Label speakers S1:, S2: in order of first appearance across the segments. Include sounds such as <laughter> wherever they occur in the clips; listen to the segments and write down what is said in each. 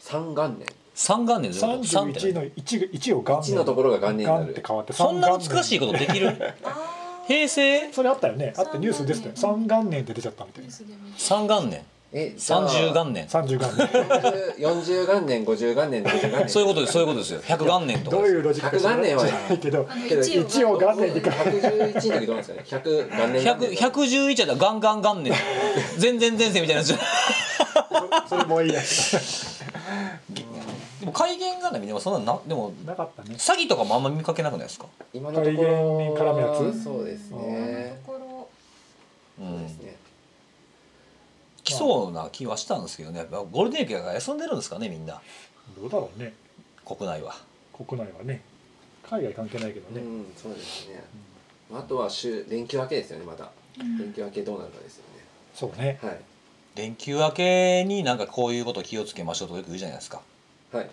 S1: 三元年
S2: 三元年
S3: 三十
S2: 三
S3: 一の一が一を元
S1: 一
S3: 年
S1: のところが元年にな
S3: 元っ
S1: る
S3: て変わって
S2: そんな難
S3: い
S2: しいことできる
S4: あー
S2: 平成
S3: それあったよねあったニュースですね三元年って出ちゃったみたい
S4: ニ
S3: な
S4: ュースで見た
S2: 三元年
S1: えじゃあ
S2: 三十元年
S3: 三十元
S1: <laughs>
S3: 年
S1: 40元年50元年70元年
S2: そういうことですそういうことですよ百元年と
S3: ど
S2: か
S3: う
S2: です
S3: いうロジックか知らな
S1: 100元年
S3: い
S1: は
S3: 知らないけど
S4: あの
S1: けど
S4: 一
S3: 一
S4: 応
S3: を
S4: が
S3: 元年って書いて
S1: 111の時どうなんですかね100元年元
S2: 百
S1: 年
S2: 百十一だガンガン元年全然前世みたいなやつ
S3: それもういいや
S2: でも改元元年でもそんななでも
S3: なかったね
S2: 詐欺とかもあんま見かけなくないですか
S1: 今のところ
S3: 改元に絡むやつ
S1: そうですね
S4: とこ
S2: う
S1: そうで
S2: ん
S1: すね
S2: 来そうな気はしたんですけどねやっぱゴールデンウィークが休んでるんですかねみんな
S3: どうだろうね
S2: 国内は
S3: 国内はね海外関係ないけど
S1: う
S3: ね、
S1: んそうですねあとは週連休明けですよねまた
S4: ろ、う
S1: 連
S4: ん、
S1: 休明けどうなるかですよね
S3: そうね
S1: はい
S2: 連休明けになんかこういうこと気をつけましょうとかよく言うじゃないですか
S1: はい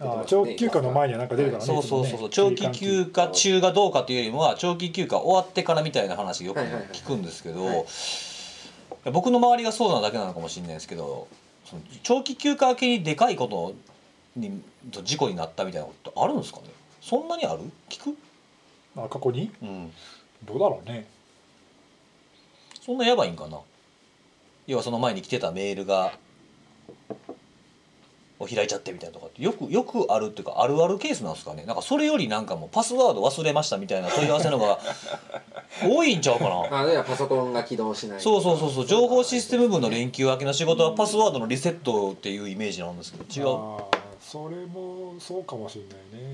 S3: あー長期休暇の前にはなんか出るからね
S2: そうそうそうそう長期
S3: 暇
S2: 休暇中がどうかというよりもは長期休暇終わってからみたいな話よく
S1: はいはいはい
S2: 聞くんですけど、
S1: はい
S2: 僕の周りがそうなだけなのかもしれないですけどその長期休暇明けにでかいことにと事故になったみたいなことってあるんですかねそんなにある聞く、
S3: あ過去に
S2: うん、
S3: どうだろうね
S2: そんなやばいんかな要はその前に来てたメールがを開いちゃってみたいなとかってよくよくあるっていうかあるあるケースなんですかねなんかそれよりなんかもうパスワード忘れましたみたいな問い合わせの方が多いんちゃうかな
S1: あるいはパソコンが起動しない
S2: そうそうそうそう情報システム部の連休明けの仕事はパスワードのリセットっていうイメージなんですけど違う
S3: あーそれもそうかもしれない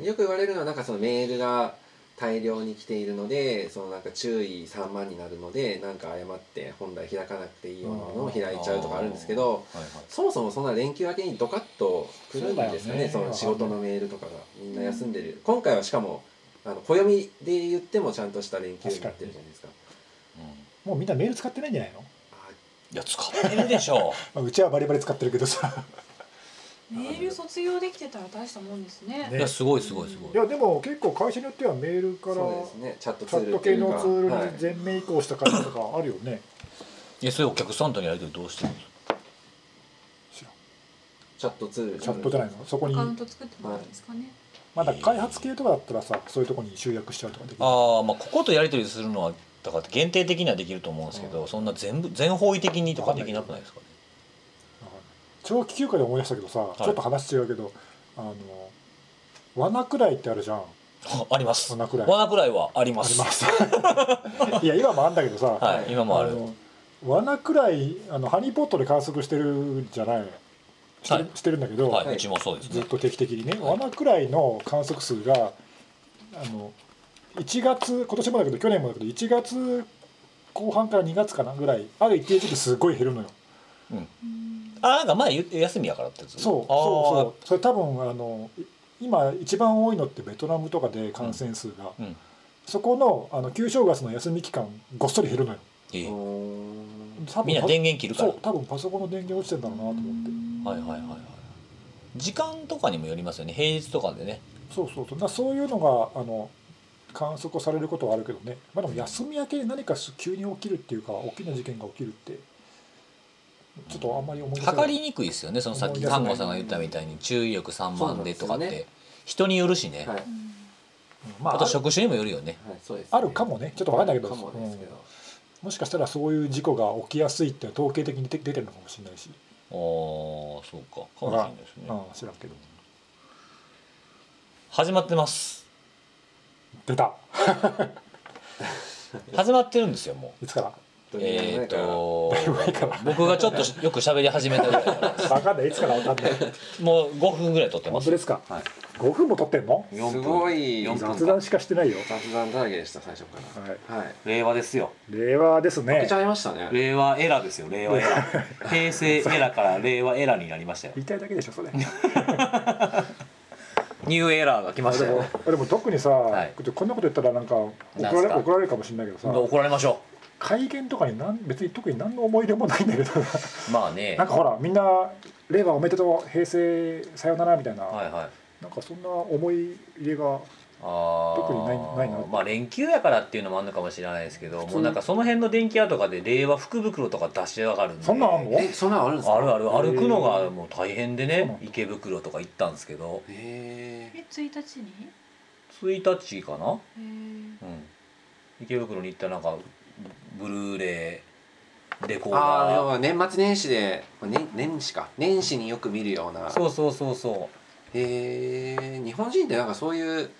S3: ね、
S1: よく言われるのはなんかそのメールが大量に来ているのでそのなんか注意3万になるのでなんか誤って本来開かなくていいようなものを開いちゃうとかあるんですけど
S2: はいはい
S1: そもそもそんな連休明けにドカッと来るんですかね
S3: そ
S1: そう
S3: だよね
S1: の仕事のメールとかがみんな休んでる今回はしかもあの暦で言ってもちゃんとした連休になってるじゃないですか
S2: うん、い
S3: もうみんなメール使ってないんじゃないの、
S2: や使ってるでしょ
S3: まあ、うちはバリバリ使ってるけどさ
S4: メール卒業できてたら大したもんですね
S2: う
S3: ね
S2: いやすごいすごいすごい
S3: いやでも結構会社によってはメール
S1: あ
S3: から
S1: そうですねチャット
S3: チ
S1: ツ
S3: ャ
S1: ー
S3: ッ
S1: ル
S3: ト
S1: って
S3: 系
S1: いうか
S3: のツー
S1: はい
S3: ルに全面移行した会社とかあるよね、
S2: えそれお客さんとのやり取りどうしてるんですか
S3: 知らん
S1: チャットツール
S3: チャットじゃないのそこ
S4: ア
S3: に
S4: カウント作ってもらうんですかね、
S3: まだ開発系とかだったらさそういうとこに集約しちゃうとかできる
S2: あーまあこことやり取りするのはだから限定的にはできると思うんですけど、そんな全部全方位的にとかできなくないですかね
S3: 長期休暇で思い出したけどさ、
S2: い
S3: ちょっと話違うけどあの罠くらいってあるじゃんあ
S2: ああります
S3: 罠くらい
S2: 罠くらいはあり
S3: りま
S2: ます
S3: す <laughs> いや今もあんだけどさ、
S2: はい今もある
S3: の罠くらいあのハニーポットで観測してるじゃないして,、
S2: はい
S3: してるんだけど、
S2: はい、
S1: はいう
S2: ちもそうです
S3: ずっ
S2: ね
S3: と定期的にね罠くらいの観測数があの1月今年もだけど去年もだけど1月後半から2月かなぐらいある一定時期すごい減るのよ
S4: うん
S2: あなんか前言って休みやからってやつ
S3: そうそうそうそれ多分あのい今一番多いのってベトナムとかで感染数が、
S2: ううん
S3: そこのあの旧正月の休み期間ごっそり減るのよ
S2: ええ
S1: うーん
S3: 多分
S2: みんな電源切る
S3: パ
S2: か
S3: そ
S2: ら
S3: う多分パソコンの電源落ちてんだろうなと思って
S2: はいはいはいはい時間とかにもよりますよね平日とかでね
S3: そうそうそうだそういうのがあの観測されることはあるけどね、まあ、でも休み明けで何かし急に起きるっていうか大きな事件が起きるってちょっとあんまり思い出せな
S2: 測
S3: い
S2: りにくいですよねそのさっ
S3: 思
S2: き
S3: い出せない
S2: 看護さんが言ったみたいに注意力3
S1: そうな
S2: 万
S1: ん
S2: で
S1: です
S2: と
S1: よ
S2: かっ
S1: ね
S2: て人によるしね、
S1: はい
S4: うん
S3: うんまあ
S2: あ
S3: あ
S2: と
S3: る
S2: 職種にもよるよね
S1: はいそうですね
S3: あるかもねちょっと分かんないけど
S1: かもですけど
S3: うんもしかしたらそういう事故が起きやすいって統計的に出てるのかもしれない
S2: あ
S3: し、
S2: あそうかかもしれないですね
S3: うん、知らんけど
S2: 始まってます
S3: 出た
S2: 始まってるんですよもう
S3: いつから
S2: えーっ、と
S3: から
S2: 僕がちょっとしよく喋り始めたぐらい <laughs> からです
S3: 分かんないいつから分かんない
S2: もう5分ぐらい撮ってま
S3: 本
S2: す
S3: 当ですか、
S1: はい
S3: 5分も撮ってんの
S1: すごい
S2: 4
S3: 雑談しかしてないよ、
S1: 雑談だらけでした最初か
S3: はい、
S1: らはい
S2: 令和ですよ
S3: 令和です
S1: 開
S3: ね
S1: けちゃいましたね
S2: 令和エラですよ <laughs> 令和エラ平成エラから令和エラになりましたよ
S3: 言いたいだけでしょそれ
S2: <laughs> ニューエラーが来ました
S3: でも
S2: よ
S3: でも特にさ、
S2: い
S3: こんなこと言ったらなんか怒ら
S2: なん
S3: れ
S2: すか
S3: 怒られるかもしれないけどさ
S2: 怒られましょ
S3: 改元とかになん別に特に何の思い出もないんだけど
S2: うまあね
S3: なんかほらみんな「令和おめでとう平成さよなら」みたいな、
S2: はいは
S3: なんかそんな思い入れが
S2: あー
S3: 特にないないな
S2: まあ連休やからっていうのもあるのかもしれないですけどもうなんかその辺の電気屋とかで令和福袋とか出して上がるんで
S3: そんなんあんの
S1: えそんなんあるんですか
S2: あるある
S3: へー
S2: 歩くのがもう大変で
S3: そうなん
S2: ね
S3: だ
S2: 池袋とか行ったんですけど
S1: へえ
S4: え一日に
S2: 1日かな、
S4: へー
S2: うん、池袋に行ったらなんかブルーレイレコー
S1: ああ要
S2: ダー
S1: は年末年始で、まあ年年始か年始によく見るような
S2: そうそうそうそ
S1: へえ日本人ってなんかそういう
S2: う、うん、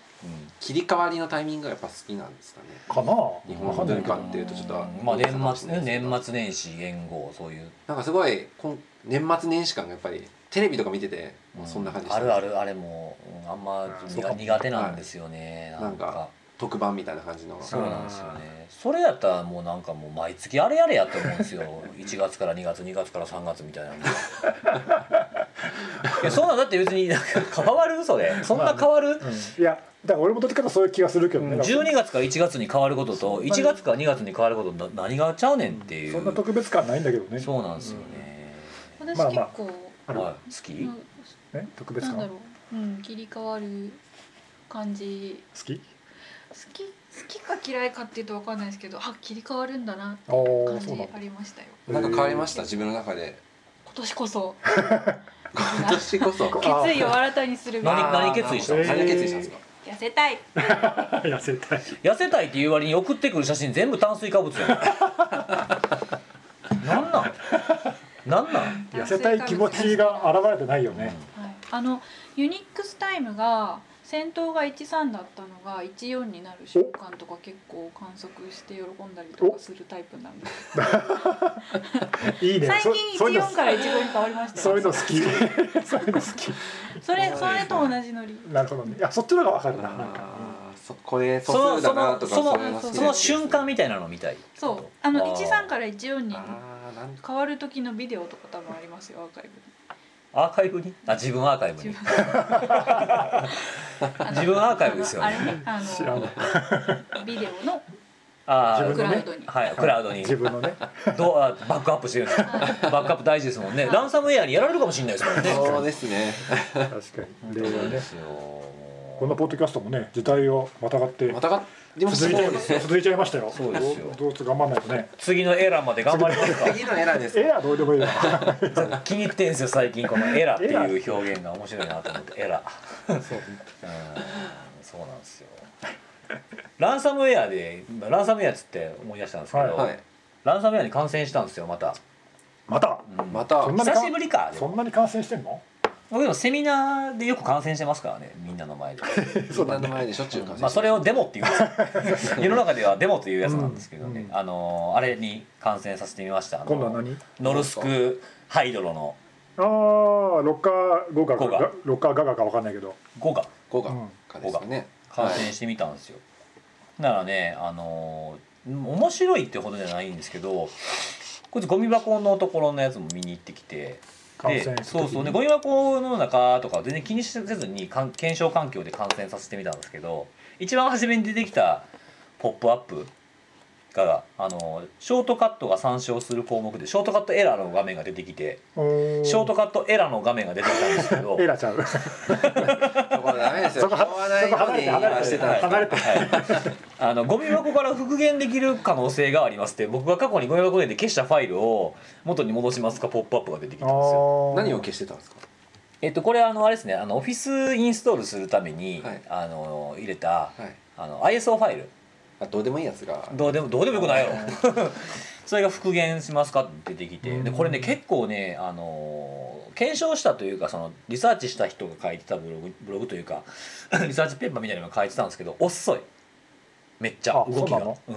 S1: 切り替わりのタイミングがやっぱ好きなんですかね
S3: か
S1: 日
S3: な
S2: わ
S1: 本の
S2: かんな
S1: 文
S2: いけど
S1: 化っていうとちょっと
S2: まあ年末ね
S1: ね
S2: 年末年始元号そういう
S1: なんかすごいこん年末年始感がやっぱりテレビとか見ててもうそんな感じで
S2: あ
S1: した
S2: るあるあれもうんあんま
S1: うん
S2: 苦苦手なんですよね、
S1: はい
S2: なんか
S1: なんか特番みたいな感じの
S2: そうなんですよねそれやったらもうなんかもう毎月あれやれやって思うんですよ <laughs> 1月から2月2月から3月みたいなの <laughs> がいやそんなんだって別になんか変わるそれそんな変わる、
S3: いやだから俺もどっちかというとそういう気がするけどね、だから
S2: 12月から1月に変わること
S3: そ
S2: と
S3: んなに
S2: 1月から2月に変わることな何がちゃうねんっていう、
S3: そんな特別感ないんだけどね
S2: そうなんですよね、
S4: 私
S3: まあ
S4: 結
S3: まあ
S4: 構、
S3: ある
S2: はい、好き、
S4: うん
S3: ね特別
S4: なんだ
S3: 感
S4: ろう、うん、切り替わる感じ
S3: 好き
S4: 好き好きか嫌いかっていうとわかんないですけどあ切り替わるんだな
S3: ああ
S4: 感
S3: そうな
S4: じ
S3: んだ
S4: あり
S3: <laughs>
S4: ましたよ
S1: なんか変わりまし
S3: した
S1: 自分の中
S2: <laughs>
S1: で
S4: 今年こそ
S1: <laughs> 今年こそ
S3: あ
S4: 決意を新たにするべき
S2: 何何決意した
S3: んですか
S1: 何決意したんですか
S4: 痩せたい
S3: た
S4: <laughs>
S3: 痩せたい
S2: 痩せたいっていう割に送ってくる写真全部炭水化物
S3: <laughs>
S2: やんなんなんなんなん
S3: 痩せたい気持ちが現れてないよね、
S4: はい、あのユニックスタイムが先頭が13だったのが14になる瞬間とか結構観測して喜んだりとかするタイプなんで
S3: いいね
S4: 最
S3: そ
S4: 近
S3: そういうの
S4: 14から15に変わりました
S3: そう
S4: よ
S3: いうの好き <laughs> そういうの好き
S4: それそれと同じノリ
S3: なるほどねいやそっちの方が分かるななん
S1: あ
S3: か
S1: ーそこれ素
S2: その
S1: 数だ
S2: そ
S1: な
S2: の
S1: とか
S2: その
S1: ういう好き
S4: そう
S1: です
S2: その瞬間みたいなのみたい
S4: そうあの
S2: ー
S4: 13から14に
S1: あーなんか
S4: 変わる時のビデオとか多分ありますよアーカイ
S2: アーカイブにあ自分アーカイブ
S4: ブ
S2: に
S4: に自分あの
S2: 自分アーカイブですよね
S4: あのあれねあ
S3: 知らない
S4: のビデオの
S2: あー
S3: 自
S4: ク
S3: 分の
S4: ラ
S3: ね
S4: ウドに
S2: はいクラウドに
S3: 自分のね
S2: どうあバックアップしてるん
S4: <laughs>
S2: ですバックアップ大事ですもんね
S4: はい
S2: ランサムウェアにやられるかもしれないですもんね
S1: そうですね
S3: 確かに
S2: <laughs> そう
S3: 令和
S2: で
S3: ね
S2: すよ
S3: このポッドキャストもね時代をまたがって
S1: またがりました
S3: 続
S1: ね
S3: いちゃいます続いちゃいましたよ
S2: そうですよ
S3: どうどう頑張んないとね
S2: 次のエラーまで頑張りますか
S1: 次のエラーです
S3: えやどうでもいいわ
S2: 気に入ってんすよ最近このエラっていう表現が面白いなと思ってエラうんそうなんですよランサムウェアでランサムウェアっつって思い出したんですけど、
S1: はい
S2: ランサムウェアに感染したんですよまた、
S3: <laughs> また
S2: うん
S1: また
S3: そんなに
S2: 久しぶりかで
S3: そ
S2: も
S3: んなに感染してんの
S2: 僕でもセミナーでよく感染してますからねみんなの前
S3: <laughs>
S2: で、
S1: みんなの前でしょっちゅう感
S2: まあ、それをデモっていうんですよ世の中ではデモというやつなんですけどね、
S3: うん
S2: あのーあれに感染させてみましたあの
S3: 今度は何
S2: ノルスクハイドロの
S3: ああロッカーゴガ
S2: ゴガ
S3: ガロッカーガガかわかんないけど
S2: 5が
S1: 五がかですかね
S2: 感染してみたんですよ、ならねあのー面白いってほどじゃないんですけどこいつゴミ箱のところのやつも見に行ってきて
S3: 感染
S2: で
S3: した時
S2: そ
S3: に
S2: うそうねゴミ箱の中とかは全然気にせずにかん検証環境で感染させてみたんですけど一番初めに出てきた「ポップアップがあのーショートカットが参照する項目でショートカットエラーの画面が出てきて
S3: ショ
S2: ショートカットエラーの画面が出てきたんですけど
S3: エラちゃう
S1: そこダメですよ
S3: そ
S1: しょ
S3: こ
S1: うがないように今してたんです
S3: 離れて
S2: はいあのゴミ箱から復元できる可能性がありますって僕が過去にゴミ箱で消したファイルを元に戻しますかポップアップが出てきたんですよ。
S1: 何を消
S3: け
S1: してたんですか
S2: えっとこれあのあれですねあのオフィスインストールするために、
S1: はい
S2: あの入れた
S1: はい
S2: あの ISO ファイル
S1: あどうでもいいやつが
S2: どうでもどうでもよくないやろ <laughs> それが復元しますかって出てきてでこれね結構ねあのー検証したというかそのリサーチした人が書いてたブログブログというか <coughs> リサーチペーパーみたいなのが書いてたんですけど遅いめっちゃ
S3: あ
S2: 動きが
S3: そうなの
S2: うん、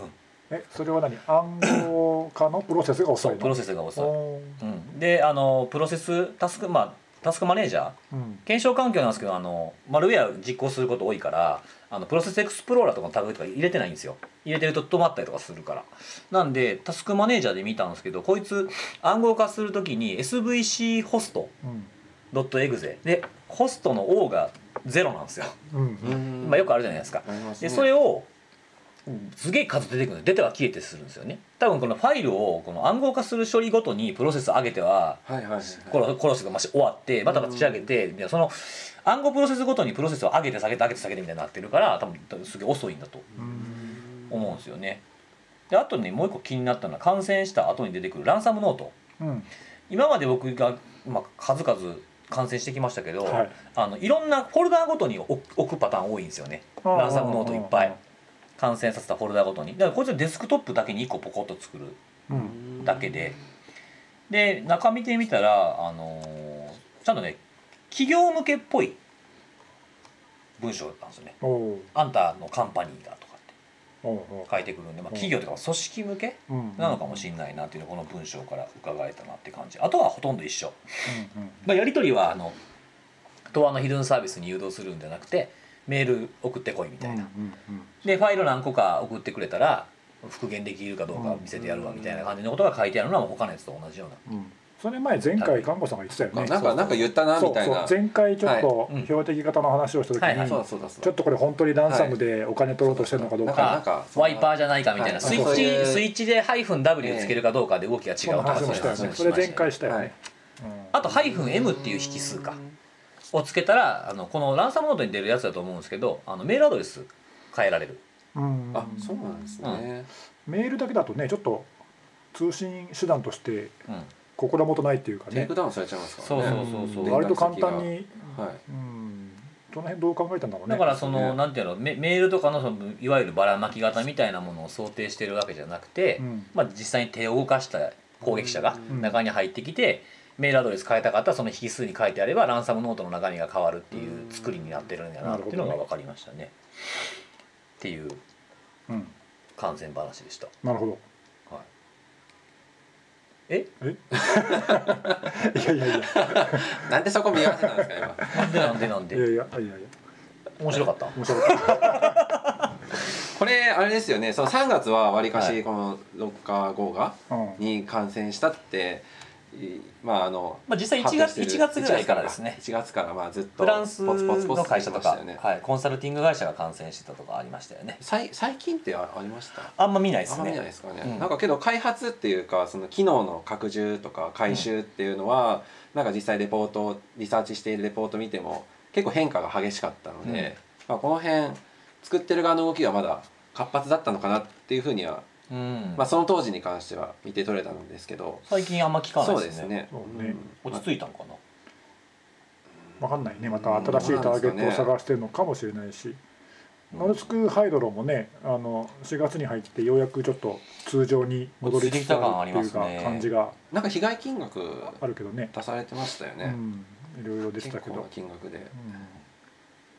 S3: えそれは何暗号化のプロセスが
S2: そ
S3: 遅いうの
S2: プロセスが遅
S3: おー
S2: い、うん、であのプロセスタスクまあタスクマネージャー
S3: うん
S2: 検証環境なんですけどあのマルウェア実行すること多いからあのプロセスエクスプローラーとかのタグとか入れてないんですよ入れてると止まったりとかするからなんでタスクマネージャーで見たんですけどこいつ暗号化するときに SVC ホスト
S3: うん
S2: ドットエグゼでホストの O がゼロなんですよ、
S3: うん
S1: うん
S2: まあ、よくあるじゃないですか
S1: あります
S2: で
S1: ね
S2: それをすげえ数出てくるんです出ては消えてするんですよね多分このファイルをこの暗号化する処理ごとにプロセス上げては
S1: はいはいはい
S2: 殺殺すがまし終わってまた立ち上げてみたいなその暗号プロセスごとにプロセスを上げて下げて上げて下げてみたいになってるから多分多分すげえ遅いんだと思うんですよねであとねもう一個気になったのは感染した後に出てくるランサムノート
S3: うん
S2: 今まで僕が、まあ、数々感染してきましたけど、
S3: はい
S2: あのいろんなフォルダーごとに置く置くパターン多いんですよねランサムノートいっぱい感染させたフォルダーごとにだからこいつはデスクトップだけに1個ポコッと作る
S3: うん
S2: だけでで中見てみたら、あのーちゃんとね企業向けっぽい文章だったんですよね
S3: おお
S2: 「あんたのカンパニーが」とかって
S3: おお
S2: 書いてくるんで、まあ、企業とか組織向け
S3: うん
S2: なのかもしれないなっていうのをこの文章から伺えたなって感じあとはほとんど一緒。
S3: うんうん
S2: まあ、やり取りはあの東亜のヒルンサービスに誘導するんじゃなくてメール送ってこいみたいな、
S3: うんうん
S2: でファイル何個か送ってくれたら復元できるかどうか見せてやるわみたいな感じのことが書いてあるのは他のやつと同じような
S3: うんそれ前前回看護さんが言ってたよ
S1: あ
S3: ね
S1: なんかなんか言ったな
S3: そ
S1: み
S3: うそ
S1: たいな
S3: う
S1: そう
S3: 前回ちょっ
S2: は
S3: と
S2: いうん
S3: 標的型の話をした時
S2: はいは
S3: に
S2: い
S1: そうだそうだ
S3: ちょっとこれ本当にランサムでお金取ろうとしてるのかどう
S1: はい
S3: か
S1: なんか
S2: ワイパーじゃないかみたい
S1: は
S2: な、
S1: い
S2: スイッ
S1: そう
S2: チ、
S1: いう
S2: スイッチでハイフン W つけるかどうかで動きが違
S3: そん
S2: うと
S3: な
S2: か
S3: 話もしたよ
S2: そういう
S3: ね
S2: 話
S3: そ
S2: も
S3: れ
S2: しま
S3: 前
S2: したよ
S3: 回したよ
S1: は
S3: ね
S1: い
S3: うん
S2: あとハイフン M っていう引数かをつけたらあのこのランサムノートに出るやつだと思うんですけどあのメールアドレス変えられる
S3: うん
S1: あそうなんですね、
S3: メールだけだとねちょっと通信手段として
S2: うん
S3: 心もとないっていうか
S1: テイ
S3: ね
S1: クダウンされちゃいますか
S2: そう
S1: ら
S2: そ
S1: ね
S2: うそうそう、
S1: うん
S3: 割と簡単に
S1: はい
S3: うんその辺どう考えたんだろうね
S2: だからそ
S1: そう
S2: の
S1: ね
S2: なんていうのメメールとかのそのいわゆるばらまき型みたいなものを想定してるわけじゃなくて、
S3: うん
S2: まあ、実際に手を動かした攻撃者が
S1: うん
S2: 中に入ってきて、メールアドレス変えた方はその引数に書いてあればランサムノートの中身が変わるっていう作りになってるんだなっていうのが分かりましたね。っていう
S3: うん
S2: 感染話でした。
S3: なるほど
S1: <laughs>
S2: はい、え
S3: いやいやいや
S1: なんでそこ見合わせたんですか今
S2: なんでなんでなん
S3: <laughs> いや
S2: で
S3: いやいやいや
S2: 面白かった
S3: 面白かっ
S1: これあれですよねその3月はわりか
S2: は
S1: し
S2: い
S1: このロッカー号が <laughs>
S3: たうん
S1: に感染したっていまああの
S2: まあ実際1月1月ぐらいからですね
S1: 1月からまあずっと
S2: フランスの会社と
S1: ポツポツしてまし
S2: か
S1: たよ、ね
S2: はい、コンサルティング会社が感染してたとかありましたよね
S1: さい最近ってあありました
S2: あんま見ないです
S1: あんま見ない
S2: ね
S1: ですかね、
S2: うん
S1: なんかけど開発っていうかその機能の拡充とか回収っていうのは、なんか実際レポートをリサーチしているレポート見ても結構変化が激しかったので、まあ、この辺作ってる側の動きはまだ活発だったのかなっていうふうには、
S2: うん
S1: まあ、その当時に関しては見て取れたのですけど、
S2: 最近あんま聞かな
S1: そ
S2: いうで
S1: ですす
S2: ね
S1: ね
S3: そうね
S1: うん
S2: 落ち着いたのかな、
S3: わかんないねまた新しいターゲットを探してるのかもしれないし、ノルスクハイドロもねあの4月に入ってようやくちょっと通常に戻りつつあるってい
S2: 落ち
S3: うか
S2: 着いてきた感ありますね
S3: 感じが
S1: なんか被害金額
S3: あるけどね
S1: 出されてましたよね、
S3: うん、いろいろでし
S1: 結
S3: たけ
S1: 構な
S3: ど、
S1: 金額で、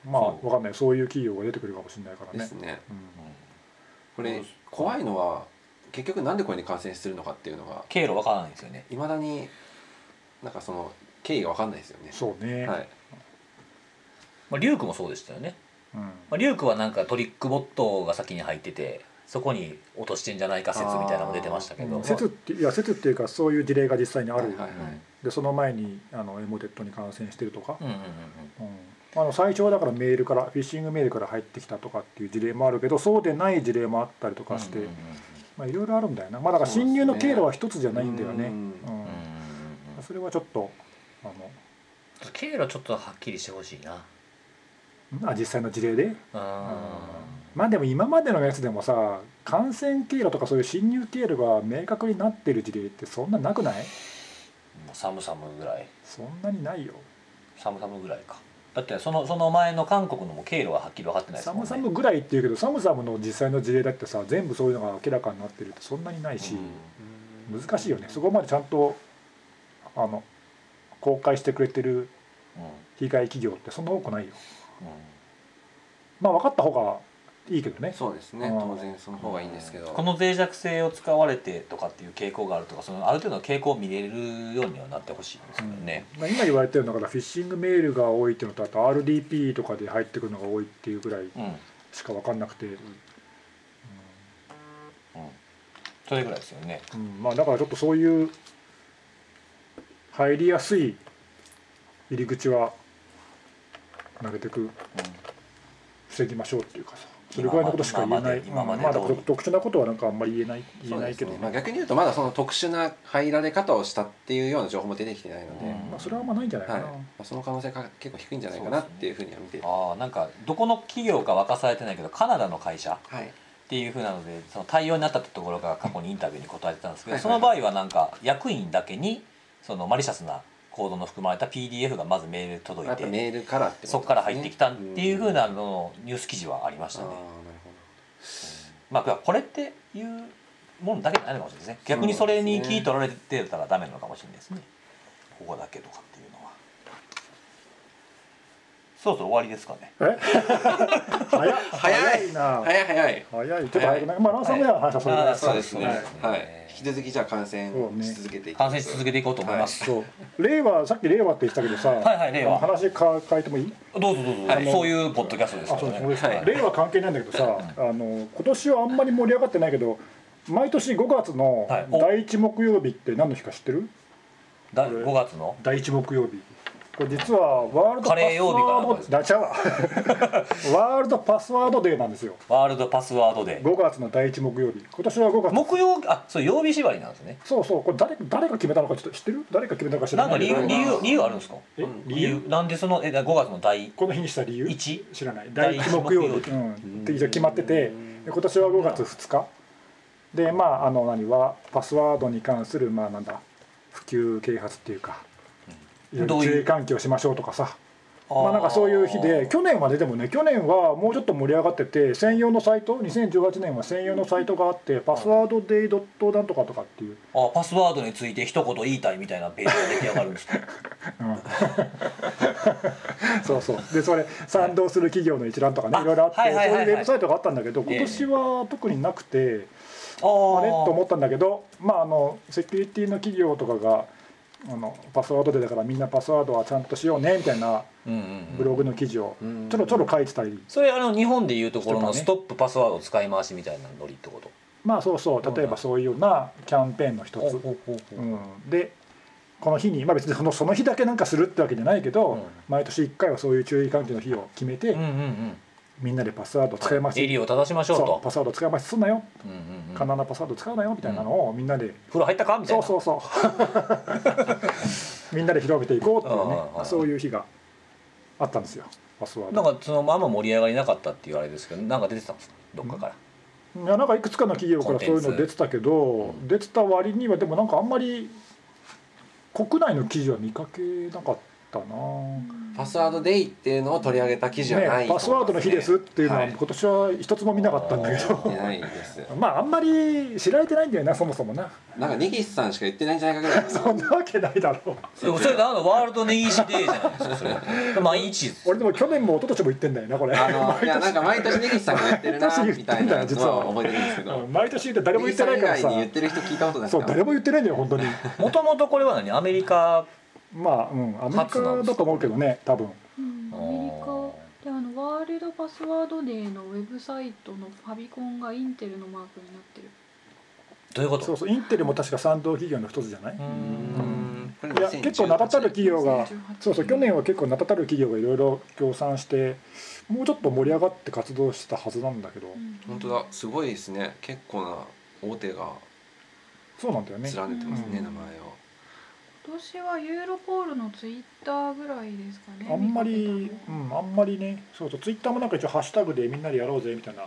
S3: うんまあ
S2: そう
S3: わかんないそういう企業が出てくるかもしれないから
S1: で
S3: ね
S1: す、ね
S3: うん
S1: こ
S2: そう
S1: れ
S2: です
S1: 怖いのは結局なんでこれに感染するのかっていうのが
S2: 経路わからないんですよね
S1: いまだになんかその経緯が分かんないですよね。
S3: そうね、
S1: はい、
S2: まあ、リュウクもそうでしたよね、
S3: うん
S2: まあ、リュウクはなんかトリックボットが先に入っててそこに落としてんじゃないか説みたいなのも出てましたけど、
S1: あー
S3: 説っていや説っていうかそういう事例が実際にあ
S1: は
S3: る、
S1: いはいはい
S3: でその前にあのエモテットに感染してるとか、
S2: うんうんうんうん
S3: うんあの最初はだからメールからフィッシングメールから入ってきたとかっていう事例もあるけどそうでない事例もあったりとかして、
S2: うんうんうん
S3: まあいろいろあるんだよなまあだから侵入の経路は一つじゃないんだよ
S1: う
S3: ねう
S1: ん
S2: うん
S3: ん
S2: うんうん
S3: それはちょっとあの
S2: 経路はちょっとはっきりしてほしいな
S3: うんあ実際の事例で
S2: うん
S3: まあでも今までのやつでもさ感染経路とかそういう侵入経路が明確になってる事例ってそんななくない
S2: もう寒々ぐらい
S3: そんなにないよ
S2: 寒々ぐらいかだってそのその前の韓国のも経路ははっきり分かってないです
S3: サ
S2: もん
S3: ム
S2: ね
S3: サムぐらいっていうけどサムサムの実際の事例だってさ全部そういうのが明らかになってるってそんなにないし、難しいよねそこまでちゃんとあの公開してくれてる被害企業ってそんな多くないよ
S2: うんうん
S3: まあ分かった方がいいけどね
S1: そうですね
S3: うん
S1: 当然その方がいいんですけど、
S2: この脆弱性を使われてとかっていう傾向があるとかそのある程度の傾向を見れるようにはなってほしいですよね、
S3: まあ、今言われてるのがだからフィッシングメールが多いっていうのとあと RDP とかで入ってくるのが多いっていうぐらい
S2: うんうん
S3: しか分かんなくて、
S2: それぐらいですよね
S3: うんまあ、だからちょっとそういう入りやすい入り口はなるべく防ぎましょうっていうかさそれぐらいのことしか言えない
S2: 今ま
S3: うん
S2: で
S3: ま
S2: 今
S3: だ
S2: まで通り
S3: 特殊なことはなんかあんまり言えない言えないけど、
S1: そうですねまあ、逆に言うとまだその特殊な入られ方をしたっていうような情報も出てきてないので、
S2: うん
S1: ま
S3: まあ、それはあんまないんじゃない
S1: あは
S3: か
S1: い
S3: な、
S1: まあ、その可能性が結構低いんじゃないかなっていうふうには見てる、
S2: ああなんかどこの企業か沸かされてないけどカナダの会社
S1: はい、
S2: っていうふうなのでその対応になったところが過去にインタビューに答えてたんですけど
S1: はい
S2: その場合はなんか役員だけにそのマリシャスな行動の含まれた PDF がまずメール届
S1: や
S2: い
S1: っぱ
S2: て
S1: メールからってことですね
S2: そこから入ってきたっていうふうな
S1: うん
S2: ののニュース記事はありましたね
S1: あーなる。
S2: まあこれっていうものだけじゃないのかもしれないですね逆にそれに聞い取られてたらダメなのかもしれないですねここだけとかっていうのはそろそろ終わりですかね
S3: え <laughs> 早い
S1: 早
S3: 早
S1: い
S3: いな
S1: ほど早い早い
S3: 早いちょっと早くないまあランサムウェアの話はそれぐらい
S2: は
S3: で
S2: い
S3: す
S1: そうですね
S2: そう
S1: は
S2: ですね
S1: い、引き続きじゃあ感染
S3: そうね
S1: し続けていき
S2: 感染し続けていこうと思います、
S3: そう令和さっき令和って言ってたけどさ
S2: はいはい令和
S3: 話か変えてもいい
S2: どうぞどうぞ、
S1: はい
S2: そういうポッドキャストです
S3: あ
S2: か
S3: そう
S2: ら
S3: です
S2: ね
S3: 俺です
S1: はい
S3: 令和関係ないんだけどさあの今年はあんまり盛り上がってないけど毎年5月の
S2: はいお
S3: 第1木曜日って何の日か知ってる
S2: だ5月の
S3: 第1木曜日これ実はワールド
S2: カ
S3: パスワード
S2: レー曜日かなんかです
S3: だちゃうわ
S2: <laughs>
S3: ワールドパスワードデーなんですよ
S2: ワールドパスワードで
S3: 5月の第1木曜日今年は5月
S2: 木曜あそう曜日縛りなんですね
S3: そうそうこれ誰誰が決めたのかちょっと知ってる誰が決めたのか知
S2: な
S3: ら
S2: ん
S3: な
S2: か
S3: い
S2: 理
S3: けど
S2: 由理由理由あるんですか
S3: え
S2: 理
S3: 理
S2: 由
S3: 由
S2: なんでそのえ5月の第
S3: この日にした理由
S2: 1
S3: 知らない
S2: 第
S3: 第
S2: 一
S3: 1
S2: 木
S3: 木
S2: 曜
S3: 曜
S2: 日
S3: 日うんって一応決まっててで今年は5月2日でまああの何はパスワードに関するまあなんだ普及啓発っていうかいろい
S2: ど
S3: ろ
S2: ういう
S3: 注意喚起をしましょうとかさまあなんかそういう日で去年はねでもね去年はもうちょっと盛り上がってて専用のサイト2018年は専用のサイトがあってパスワードデイドットなんとかとかっていう、
S2: あーパスワードについて一言言いたいみたいなページが出来上がるんですか
S3: うんそうそうでそれ賛同する企業の一覧とかね
S2: あ
S3: いろいろあってそう
S2: はいいう
S3: ウ
S2: はいはいはい
S3: ェブサイトがあったんだけど
S2: ええ
S3: 今年は特になくて
S2: あー
S3: あれと思ったんだけどまああのセキュリティの企業とかがあのパスワードでだからみんなパスワードはちゃんとしようねみたいな
S2: うんうんうん
S3: ブログの記事を
S1: うん
S3: ちょろちょろ書いてたり
S2: それあの日本でいうところの
S3: 人がね
S2: ストップパスワード使い回しみたいなノリってこと
S3: まあそうそう例えばそういうようなキャンペーンの一つ
S2: ほうほうほう
S3: うん、でこの日に、まあ、別にそのその日だけなんかするってわけじゃないけど、
S2: うん
S3: 毎年1回はそういう注意喚起の日を決めて、
S2: うんうんうん
S3: みんなでパスワード使います
S2: エリを正しましょう
S3: そう
S2: と
S3: パスワード使いますすんなよ、
S2: うんうんうん
S3: 必ずパスワード使うなよみたいなのをみんなで、
S2: 風呂入ったかみたい
S3: そう
S2: な
S3: そうそうみんなで広めていこうっていうね
S2: うんうんうん
S3: そういう日があったんですよパスワー
S2: なん
S3: ド
S2: かそのまま盛り上がりなかったっていうあれですけどなんか出てたんですかどっかから
S3: いやなんかいくつかの企業からそういうの出てた
S2: コ
S3: け
S2: ン
S3: ど
S2: テン
S3: 出てた割にはでもなんかあんまり国内の記事は見かけなかったな
S1: パスワードデイっていうのを取り上げた記事はない
S3: ね、パスワードの日ですっていうのは
S1: はい
S3: 今年は一つも見なかったんだけ
S1: と思いますね
S3: ど、
S1: ないです
S3: <laughs> まああんまり知られてないんだよなそもそもな
S1: なんか根岸さんしか言ってないんじゃないかぐらい
S3: <laughs> そんなわけないだろう
S2: でもそれなんかワールドネギシデーじゃないですかそれ毎日です
S3: <laughs> 俺でも去年も一昨年も言ってんだよなこれ
S1: あのいやなんか毎年根岸さんが言ってる
S3: <laughs>
S1: な
S3: 毎年言
S1: み
S3: って
S1: た
S3: ん
S1: いな
S3: だよ
S1: の
S3: 実
S1: は
S3: は
S1: 覚えてるんですけど
S3: 毎年言って誰も
S1: 根
S3: 言
S1: 岸
S3: っ
S1: さ
S3: て
S1: ん
S3: ないから
S1: 以
S3: さ
S1: 外に言ってる人聞いたことない
S3: そう誰
S1: も
S3: も言ってないんだよ本当に <laughs>
S2: もともとこれは何アメリカ
S3: まあうんアメリカだと思うけどね多分
S4: うんアメリカであのワールドパスワードデーのウェブサイトのファビコンがインテルのマークになってる
S2: どういうこ
S3: そ
S2: と
S3: うそうインテルも確か賛同企業の一つじゃないう
S2: ーん
S1: んこれ
S3: いや結構名だたる企業が
S4: 2018
S3: そうそう去年は結構名だたる企業がいろいろ協賛してもうちょっと盛り上がって活動してたはずなんだけど、
S4: うん
S1: 本当だすごいですね結構な大手が
S3: そうなんだよね
S1: 連ねてますね、
S3: うん
S1: 名前を
S4: 今年はユーロポールのツイッターぐらいですかね
S3: あんま
S4: 見
S3: り
S4: かけ、
S3: う
S4: たの
S3: ん、あんまりね、そうそう、ツイッターもなんか一応ハッシュタグでみんなでやろうぜみたいな、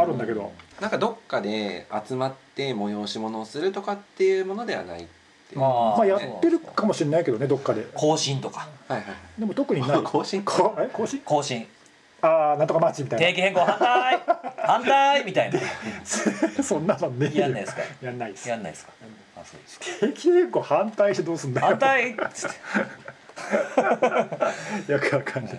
S3: あるんだけど、
S1: なんかどっかで集まって催し物をするとかっていうものではないっていう
S2: あー
S3: まあやってるかもしれないけどね、どっかで。
S2: 更新とか
S1: はいはい
S3: でも特にな
S1: <laughs> はいい。更新
S3: こえ、更新。
S2: 更新
S3: ああ、なんとかマーチみた
S2: 定
S3: い
S2: 期変更反対反対みたいな
S3: な。 <laughs> そんなのねえよ。
S2: やんないですか
S3: やんないです。
S2: やんないですかあそうですか
S3: 定期変更反対してどうすんだよ。
S2: 反対っつって
S3: よくわかんない。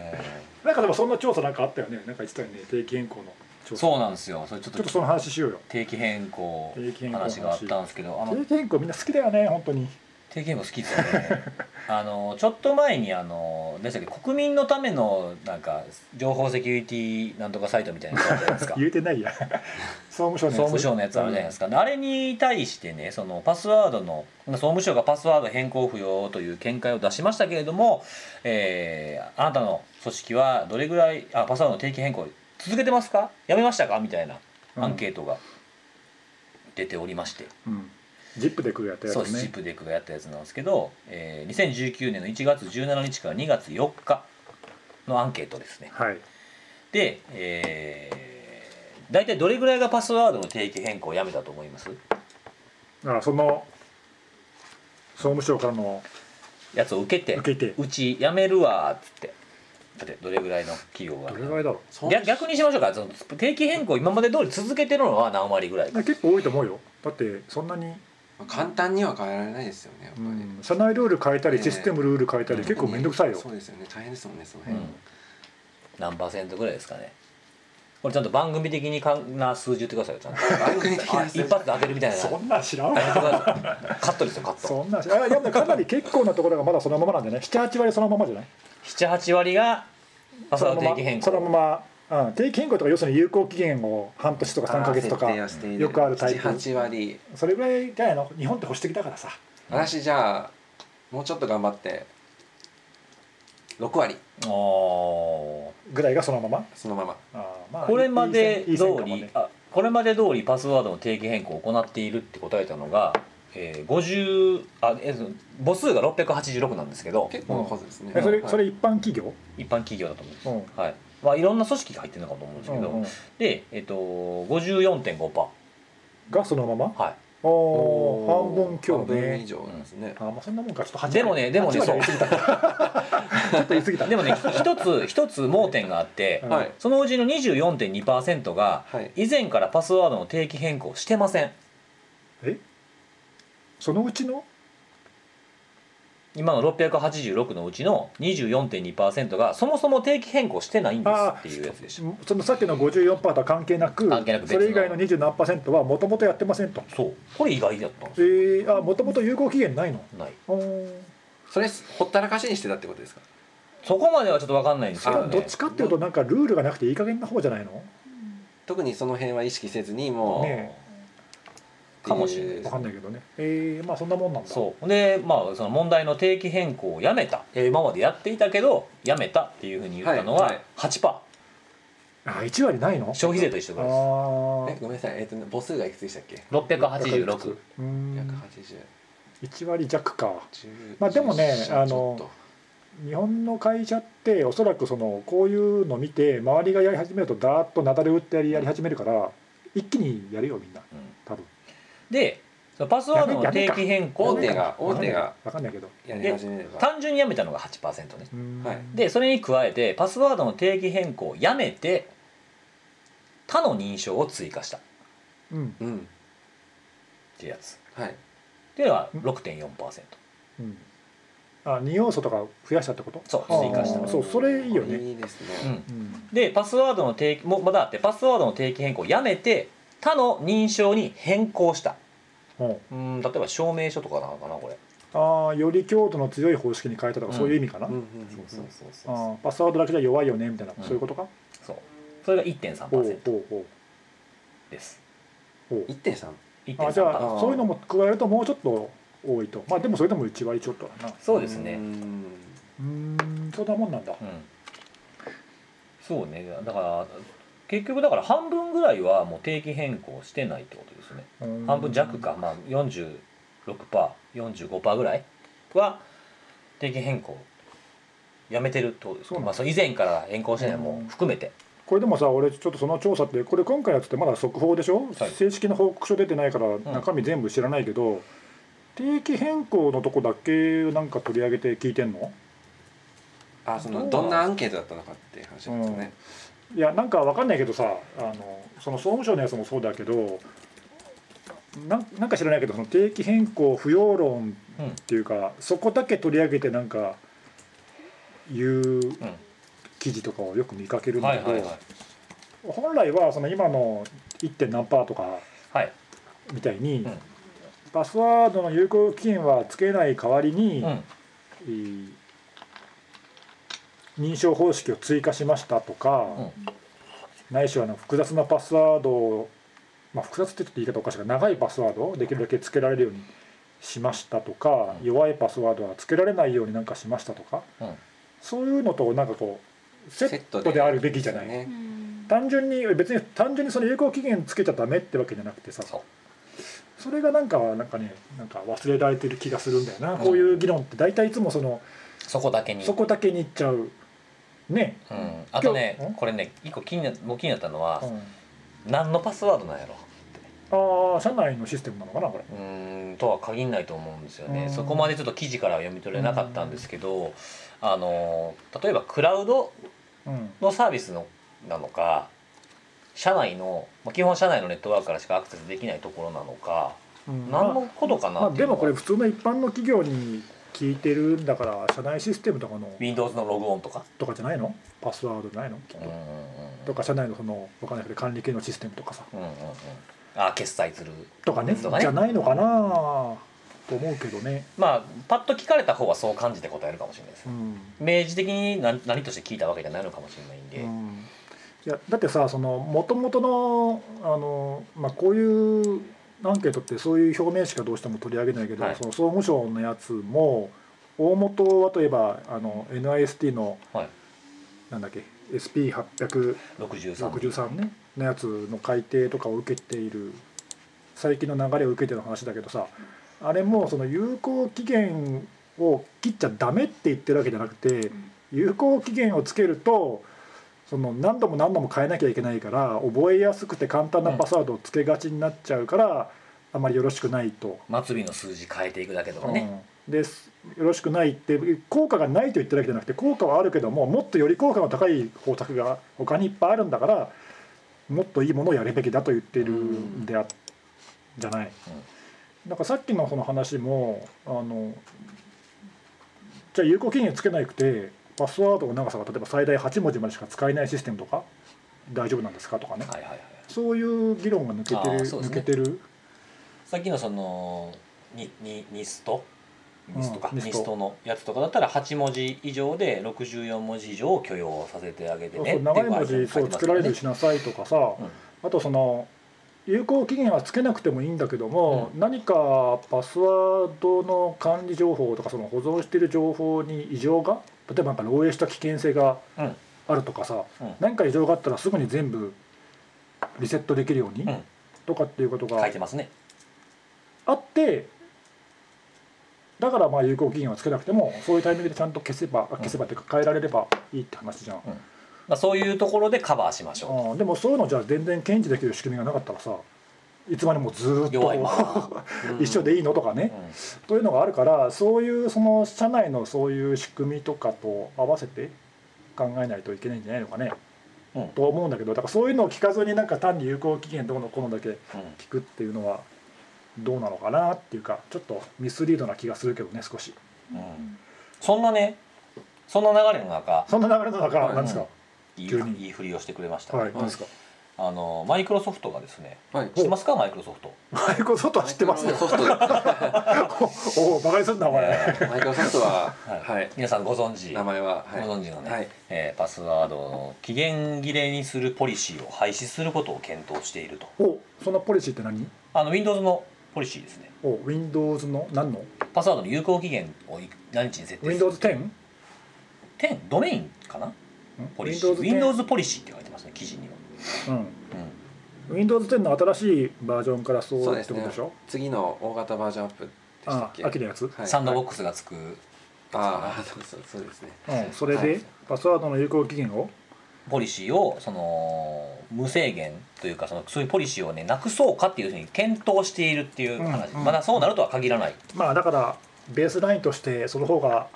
S3: なんかでもそんな調査なんかあったよね。なんか言ってたよね、定期変更の
S2: <laughs>
S3: 調査。
S2: そうなんですよそれちょっ
S3: ちょっ
S2: と
S3: とその話しようよ。
S2: 定期変更
S3: 定期変更の
S2: 話
S3: 話
S2: があったんですけどあの
S3: 定期変更みんな好きだよね、本当に。
S2: 定期変更好きですよね <laughs> あのちょっと前にあの何でしたっけ国民のためのなんか情報セキュリティなんとかサイトみたいなのあるじゃないですか
S3: 言えてな
S2: <laughs>
S3: いや。総務省のや
S2: 総
S3: つ。
S2: 務省のやつあるじゃないですか、あれに対してねそのパスワードの総務省がパスワード変更不要という見解を出しましたけれども、えーあなたの組織はどれぐらいあパスワードの定期変更続けてますかやめましたかみたいな
S3: うん
S2: アンケートが出ておりまして、
S3: うんジップで来るやったや
S2: そう
S3: つ
S2: ですチッ
S3: ね
S2: プデックがやったやつなんですけど、えー2019年の1月17日から2月4日のアンケートですね
S3: はい
S2: で、えー、大体どれぐらいがパスワードの定期変更をやめたと思います
S3: だからその総務省からの
S2: やつを受けて
S3: 受けて
S2: うちやめるわーっつってだってどれぐらいの企業が
S3: どれぐらいだろ
S1: そん
S2: 逆逆にしましょうかその定期変更を今まで通り続けてるのは何割ぐらいうか
S3: 結構多いと思うよだってそんなに、
S1: 簡単には変えられないですよねやっぱ
S3: う
S1: り、
S3: ん、社内ルール変えたりシステムルール変えたり
S2: うん
S3: 結構面倒くさいよ
S1: そうですよね大変ですもんねその
S2: うん
S1: 辺、
S2: 何パーセントぐらいですかねこれちゃんと番組的にかんな数字言ってくださいよちゃんと
S3: <laughs>
S1: 番組的な
S2: あ一発で当てるみたいな
S3: そ
S2: 言って
S3: んなん知らん
S2: く
S3: わ
S2: ださいカットですよカット
S3: そんなん知らんあいやでもかなり結構なところがまだそのままなんじゃない78割そのままじゃない
S2: 78割がパス
S3: そ
S2: ワー
S3: の
S2: ド
S3: ま
S2: 定期変
S3: ま
S2: 更
S3: そのまま、うん、定期変更とか要するに有効期限を半年とか3か月とか
S1: 設定をしてい
S3: よくあるタイプ
S1: 78割
S3: それぐらいじゃないの日本って保守的だからさ
S1: 私じゃあもうちょっと頑張って6割
S2: おー
S3: ぐらいがそのまま
S1: そのまま
S3: あーまあ
S2: これまで
S3: いい線いい
S2: 通
S3: 線かも
S2: り
S3: ね
S2: あこれまで通りパスワードの定義変更を行っているって答えたのが、えー、50あえーその母数が686なんですけど
S1: 結構の数ですね、
S3: えそれ
S1: はい
S3: それ一般企業、
S2: 一般企業だと思うんです、
S3: うん
S2: はいまあ、いろんな組織が入ってるのかと思うんですけど、
S3: うんうん
S2: で、えっと54.5%、
S3: がそのまま
S2: は
S3: おお半分強
S1: 半分以
S3: ね
S1: 上なんですね、
S3: あーまあそんなもんかちょっと8
S2: い、でもねでもねそう
S3: ちょ <laughs> っと言い過ぎた
S2: でもね一つ <laughs> 一つ盲点があって、
S3: うん
S1: はい
S2: そのうちの24.2%が
S1: はい
S2: 以前からパスワードの定期変更してません
S3: えそのうちの
S2: 今の686のうちの24.2%がそもそも定期変更してないんですっていうやつでし
S3: そのさっきの54%とは関係なく
S2: 関係なく別
S3: そ
S2: の
S3: れ以外の20何パーセントはもともとやってませんと
S2: たそうこれ意外だったんです
S3: え
S2: よ
S3: ー、あもともと有効期限ないの
S2: ない
S3: おー
S1: それほったらかしにしてたってことですか
S2: そこまではちょっと分かんないんですけど
S1: あ
S3: ど
S2: ね
S3: っちかっていうとなんかルールがなくていい加減な方じゃないの
S1: 特にその辺は意識せずにもう、
S3: ね
S2: かもしれないです
S3: わかんないけどねえー、まあそんなもんなんだ
S2: そうでまあその問題の定期変更をやめたえー今までやっていたけどやめたっていうふうに言ったの
S1: はい
S2: は
S1: はい
S2: 8%パ
S3: あ1割ないの
S2: ー消費税と一緒ぐらい
S1: え
S2: です
S3: あ
S1: ごめんなさいえっ、と母数がいくつでしたっけ
S3: あ
S2: 686
S1: 180
S3: 1割弱か
S1: 10
S3: まあでもね
S1: 10社
S3: あの
S1: ちょっ
S3: 日本の会社っておそらくそのこういうの見て周りがやり始めるとダーッとなだれ打ってやりやり始めるから一気にやるよみんな
S2: うん
S3: 多分
S2: でそのパスワードの定期変
S1: と大
S2: 更
S1: 手
S2: で
S1: が大手が
S3: わかんないけど
S1: やり始めれば
S2: 単純にやめたのが8%ね
S3: うーん
S1: はい
S2: でそれに加えてパスワードの定義変更をやめて他の認証を追加したっ
S3: うん
S1: うん
S2: ていうやつっ
S1: はい
S2: ていうのは6.4%
S3: うんあ二要素とか増やしたってこと
S2: そう
S3: あー
S2: 追加した
S3: そうそれいいよね
S1: いいです
S2: う
S1: ね、
S2: ん
S3: うん
S2: でパスワードの定義もまだあってパスワードの定義変更をやめて他の認証に変更した
S3: うん
S2: うーん例えば証明書とかなのかなこれ
S3: ああより強度の強い方式に変えたとかそういう意味かな、
S1: うんうんうん
S2: そう
S3: あーパスワードだけじゃ弱いよねみたいな、
S2: うん
S3: そういうことか
S2: そうそれが
S3: おう
S2: 1.3%
S3: おうおう
S2: です
S3: おう
S1: 1.3
S2: 1.3%
S3: あじゃ
S1: あー
S3: あそういうのも加えるともうちょっと多いとまあでもそれでも1割ちょっとだな
S2: そうですね
S1: ん
S3: うーんそんなもんなんだ
S2: うんそうねだから結局だから半分ぐらいはもう定期変更してないってことですね半分弱か、まあ、46%45% ぐらいは定期変更やめてるってことです
S3: そう
S2: か、
S3: なん
S2: まあ、その以前から変更してないも含めて、
S3: これでもさ俺ちょっとその調査ってこれ今回やっててまだ速報でしょ、
S2: はい
S3: 正式な報告書出てないから中身全部知らないけど、定期変更のとこだけなんか取り上げて聞いてんの
S1: あそのどんなアンケートだったのかっていう話ですよね、
S3: いやなんかわかんないけどさあのその総務省のやつもそうだけどなんなんか知らないけどその定期変更不要論
S2: うん
S3: っていうかそこだけ取り上げてなんか言う記事とかをよく見かけるんだ
S2: はい
S3: けど、
S2: はいはい
S3: 本来はその今の 1. 何パーとか
S2: はい
S3: みたいに、
S2: うん
S3: パスワードの有効期限はつけない代わりに、
S2: うん
S3: えー認証方式を追加しましたとか、ないしはあの複雑なパスワードを、まあ、複雑ってちょっと言い方おかしいが長いパスワードをできるだけつけられるようにしましたとか、
S2: うん
S3: 弱いパスワードはつけられないようになんかしましたとか、
S2: うん
S3: そういうのとなんかこうセ
S1: セッ
S3: ッ
S1: ト
S3: トであるべきじゃない。
S1: ね
S4: うん
S3: 単純に別に単純にその有効期限つけちゃダメってわけじゃなくてさ
S2: そう
S3: それがなんかなんかねなんか忘れられてる気がするんだよな、こういう議論って大体いつもその
S2: そこだけに
S3: そこだけにいっちゃうね、
S2: うん、あと
S3: 今日ん
S2: ねこれね一個気になもう気になったのは、
S3: うん
S2: 何のパスワードなんやろ
S3: ああ社内のシステムなのかなこれ
S2: うーんとは限んないと思うんですよね、
S3: うん
S2: そこまでちょっと記事からは読み取れなかったんですけど、あの例えばクラウド
S3: うん
S2: のサービスのなのか社内の、まあ、基本社内のネットワークからしかアクセスできないところなのか、
S3: うん
S2: 何のことか
S3: ま
S2: な
S3: あまあ
S2: ってい
S3: で
S2: うの
S3: も
S2: は
S3: これ普通の一般の企業に聞いてるんだから社内システムとかの
S2: Windows のログオンとか、
S3: とかじゃないのパスワードじゃないのきっ
S2: うんうん
S3: ととか社内のそのわかんないけど管理系のシステムとかさ
S2: うんうんうんうんあ決済する
S3: とかね
S2: そうだね
S3: じゃないのかなと思うけどね、
S2: まあパッと聞かれた方はそう感じて答えるかもしれないです、
S3: うん
S2: 明示的に何何として聞いたわけじゃないのかもしれないんで、
S3: うんいやだってさその元々のあの、まあ、こういうアンケートってそういう表面しかどうしても取り上げないけど、
S2: はい
S3: その総務省のやつも大元はといえばあの NIST の
S2: はい
S3: なんだっけ SP863
S2: 63
S3: 63ねのやつの改定とかを受けている最近の流れを受けての話だけどさあれもその有効期限を切っちゃダメって言ってるわけじゃなくて有効期限をつけるとその何度も何度も変えなきゃいけないから覚えやすくて簡単なパスワードをつけがちになっちゃうからあまりよろしくないと。
S2: 末尾の数字変えていくだけとかね、
S3: うんですよろしくないって効果がないと言ってるわけじゃなくて効果はあるけどももっとより効果の高い方策が他にいっぱいあるんだからもっといいものをやるべきだと言ってるんであじゃない。なんかさっきのその話もあのじゃあ有効期限つけなくてパスワードの長さが例えば最大8文字までしか使えないシステムとか大丈夫なんですかとかね
S2: はいはいはい
S3: そういう議論が抜けて
S2: あ
S3: る、
S2: ーそうです
S3: 抜
S2: ね
S3: けてる
S2: さっきのそのににニスト
S3: うん
S2: ニストか、ニ
S3: ニス
S2: ス
S3: ト
S2: トのやつとかだったら8文字以上で64文字以上を許容させてあげて
S3: そう
S2: ね
S3: そう
S2: って
S3: 長
S2: う
S3: い文字そうつけられるしなさいとかさ、
S2: うん
S3: あとその有効期限はつけなくてもいいんだけども、何かパスワードの管理情報とかその保存している情報に異常が例えばなんか漏洩した危険性が
S2: うん
S3: あるとかさ、
S2: うん
S3: 何か異常があったらすぐに全部リセットできるように、
S2: うん
S3: とかっていうこと
S2: 書
S3: が
S2: いてますね
S3: あってだからまあ有効期限はつけなくてもそういうタイミングでちゃんと消せばあ消せばっていうか変えられればいいって話じゃん。
S2: まあ、そういうところでカバーしましょ
S3: うん、でもそういうのじゃ全然検知できる仕組みがなかったらさいつまでもずーっ
S2: う弱いま
S3: と
S2: ま、うん
S3: 一緒でいいのとかね、というのがあるからそういうその社内のそういう仕組みとかと合わせて考えないといけないんじゃないのかね、
S2: うん
S3: と思うんだけどだからそういうのを聞かずになんか単に有効期限どうのこうのだけ
S2: うん
S3: 聞くっていうのはどうなのかなっていうかちょっとミスリードな気がするけどね少し
S2: うんそんなねそんな流れの中
S3: そんな流れの中
S1: はい
S3: なんですか、
S2: いい
S3: 急に
S2: いいふりをしてくれました、
S3: はいなんですか
S2: あのマイクロソフトがですね
S1: はい
S2: 知ってますかマイクロソフト
S3: マイクロソフトは知ってますよ
S1: ソフトマ
S3: <laughs> おおバカにすんなお前、
S2: え
S1: イクロソフトは、
S2: ー
S1: はい、
S2: 皆さんご存知
S1: 名前は、はい、
S2: ご存知のね
S1: はい、
S2: えーパスワードの期限切れにするポリシーを廃止することを検討していると
S3: おそのポリシーって何
S2: あの Windows のポリシーですね
S3: お Windows の何の
S2: パスワードの有効期限をい何日に設定する
S3: Windows 10?
S2: 10ドメインかなポリシー
S3: Windows 10
S2: Windows, ポリシーって書いてますね記事には、
S3: うん、Windows 10の新しいバージョンからそう
S1: そう
S3: っ
S1: で
S3: て
S1: す
S3: こ
S1: ね
S3: とでしょ
S1: 次の大型バージョンアップでした
S3: あ
S1: っけ
S3: 秋のやつ、
S1: はい
S2: サンドボックスがつく、
S1: ああそうそうそうですね
S3: うん、それで、
S1: はい
S3: パスワードの有効期限を
S2: ポリシーをその無制限というかそのそういうポリシーをねなくそうかっていうふうに検討しているっていう話、
S3: うんうん
S2: まだそうなるとは限らない、
S3: まあだからベースラインとしてその方が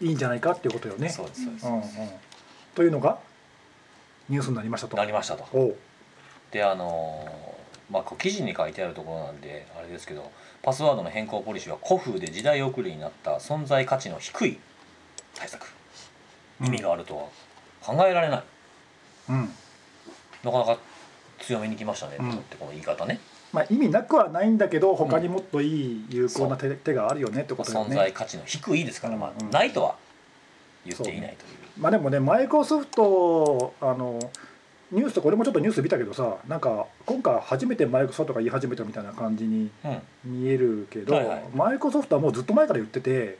S3: いいんじゃないかっていうことよね
S2: そうですそうです、
S3: うんうん、というのがニュースになりましたと
S2: なりましたと
S3: おう
S2: であのーまあ、こう記事に書いてあるところなんであれですけどパスワードの変更ポリシーは古風で時代遅れになった存在価値の低い対策意味があるとは考えられない
S3: うん
S2: なかなか強めに来ましたね、
S3: うん
S2: ってこの言い方ね
S3: まあ、意味なくはないんだけど他にもっといい有効な手,、手があるよねってことだよ
S2: 存
S3: ね
S2: 在価値の低いですから、まあ
S3: うん
S2: ないとは言っていないという
S3: まあでもねマイクロソフトあのニュースとこれもちょっとニュース見たけどさなんか今回初めてマイクロソフトが言い始めたみたいな感じに
S2: う、
S3: 見えるけど、
S2: はいはい
S3: マイクロソフトはもうずっと前から言ってて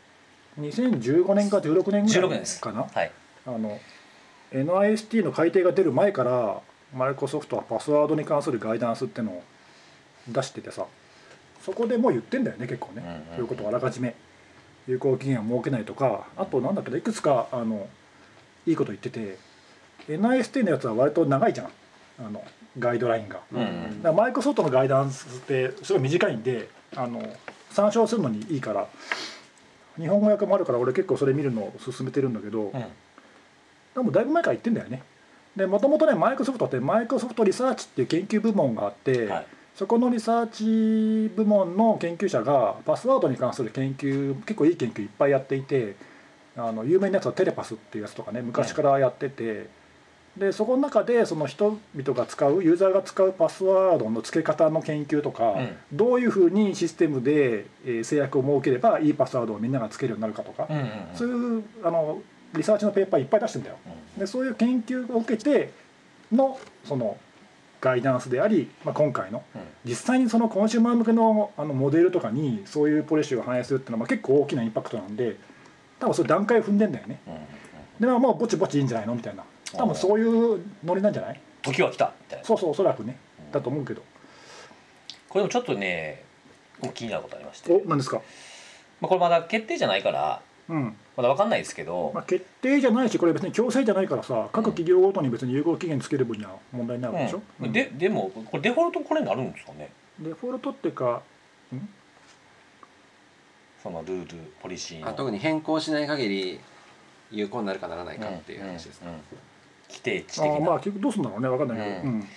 S3: 2015年か16年ぐ
S2: 16
S3: ら
S2: 年
S3: い
S2: です
S3: かな
S2: ん、はい
S3: あの NIST の改定が出る前からマイクロソフトはパスワードに関するガイダンスってのを出しててさそこでもう言ってんだよね結構ね、
S2: うんうん
S3: そういうことをあらかじめ有効期限を設けないとかあとなんだっけどいくつかあのいいこと言ってて NIST のやつは割と長いじゃんあのガイドラインが。
S1: うん
S3: だからマイクロソフトのガイダンスってすごい短いんであの参照するのにいいから日本語訳もあるから俺結構それ見るのを勧めてるんだけど、
S2: うん
S3: でもだいぶ前から言ってんだよねでもともとねマイクロソフトってマイクロソフトリサーチっていう研究部門があって、
S2: はい
S3: そこのリサーチ部門の研究者がパスワードに関する研究結構いい研究いっぱいやっていてあの有名なやつはテレパスっていうやつとかね昔からやってて、でそこの中でその人々が使うユーザーが使うパスワードの付け方の研究とか、
S2: うん
S3: どういうふうにシステムでえー制約を設ければいいパスワードをみんながつけるようになるかとか、
S2: うんうん
S3: そういうあのリサーチのペーパーいっぱい出してんだよ。でそういう研究を受けてのそのガイダンスであり、まあ、今回の実際にそのコンシューマー向けのあのモデルとかにそういうポリシーを反映するっていうのはまあ結構大きなインパクトなんで多分それ段階を踏んでんだよね
S2: うんうん
S3: でまあもうぼちぼちいいんじゃないのみたいな多分そういうノリなんじゃない
S2: 時は来たみたいな
S3: そうそうおそらくねだと思うけど
S2: これでもちょっとね僕気になることありまして、
S3: おなんですか
S2: まあ、これまだ決定じゃないから
S3: うん、
S2: まだ分かんないですけど、
S3: まあ、決定じゃないしこれ別に強制じゃないからさ各企業ごとに別に有効期限つける分には問題になるでしょ、
S2: うん、ででもこれデフォルトこれになるんですかね
S3: デフォルトっていうか
S2: そのルールポリシーの
S1: あ特に変更しない限り有効になるかならないかっていう話ですね
S2: うんうんうん規定値
S3: あ
S2: 的な
S3: ーまあ結局どうするんだろうねわかんないけど、
S2: う
S3: うんん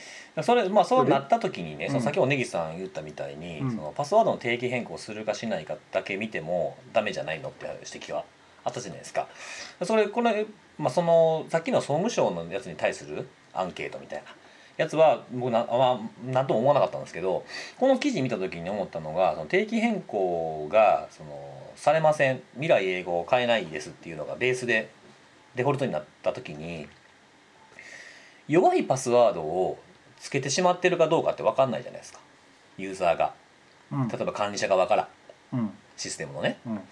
S2: それまあそうなった時にね、
S3: うん
S2: その先ほど根岸さん言ったみたいに、
S3: うん
S2: そのパスワードの定義変更するかしないかだけ見てもダメじゃないのって指摘はあったじゃないですかそれこれ、まあ、そのさっきの総務省のやつに対するアンケートみたいなやつは僕な、まあ、なんとも思わなかったんですけどこの記事見た時に思ったのがその定期変更がそのされません未来英語を変えないですっていうのがベースでデフォルトになった時に弱いパスワードをつけてしまってるかどうかって分かんないじゃないですかユーザーが
S3: うん
S2: 例えば管理者側から
S3: うん
S2: システムのね
S3: うん
S2: だか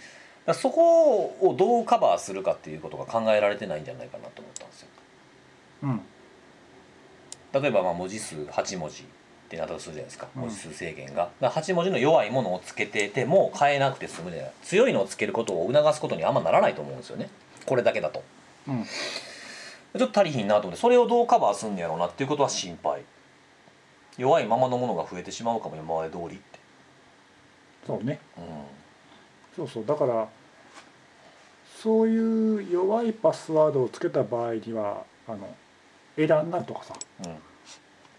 S2: らそこをどうカバーするかっていうことが考えられてないんじゃないかなと思ったんですよ
S3: うん
S2: 例えばまあ文字数8文字ってなったとするじゃないですか
S3: うん
S2: 文字数制限が、だから8文字の弱いものをつけてても変えなくて済むで強いのをつけることを促すことにあんまならないと思うんですよねこれだけだと
S3: うん
S2: ちょっと足りひんなと思ってそれをどうカバーすんのやろうなっていうことは心配弱いままのものが増えてしまうかも今まで通りって、
S3: そうね
S2: う
S3: そうそうだからそういう弱いパスワードをつけた場合にはあのエラーになるとかさ
S2: ん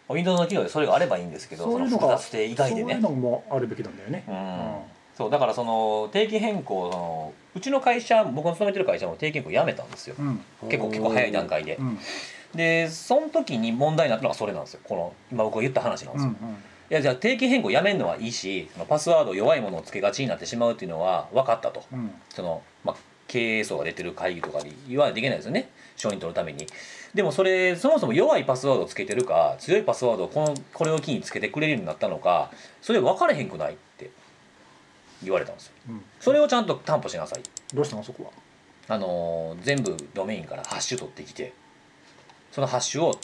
S2: うん、Windows の機能でそれがあればいいんですけど
S3: そういう
S2: そ
S3: の
S2: の複
S3: が
S2: 雑性以外で
S3: そう
S2: ね
S3: いうのもあるべきなんだよね
S2: う、ん
S3: うん
S2: そうだからその定期変更そのうちの会社僕の勤めてる会社も定期変更やめたんですよ
S3: うん
S2: 結構結構早い段階で
S3: うん
S2: でその時に問題になったのがそれなんですよこの今僕が言った話なんで
S3: う
S2: す
S3: ん
S2: よ、いやじゃあ定期変更やめるのはいいしそのパスワード弱いものをつけがちになってしまうっていうのは分かったと
S3: うん
S2: その、まあ、経営層が出てる会議とかで言わないといけないですよね承認取るためにでもそれそもそも弱いパスワードをつけてるか強いパスワードをこのこれを機につけてくれるようになったのかそれ分かれへんくないって言われたんですよ
S3: うん
S2: それをちゃんと担保しなさい
S3: どうしたのそこは
S2: あのー全部ドメインからハッシュ取ってきてそのハッシュを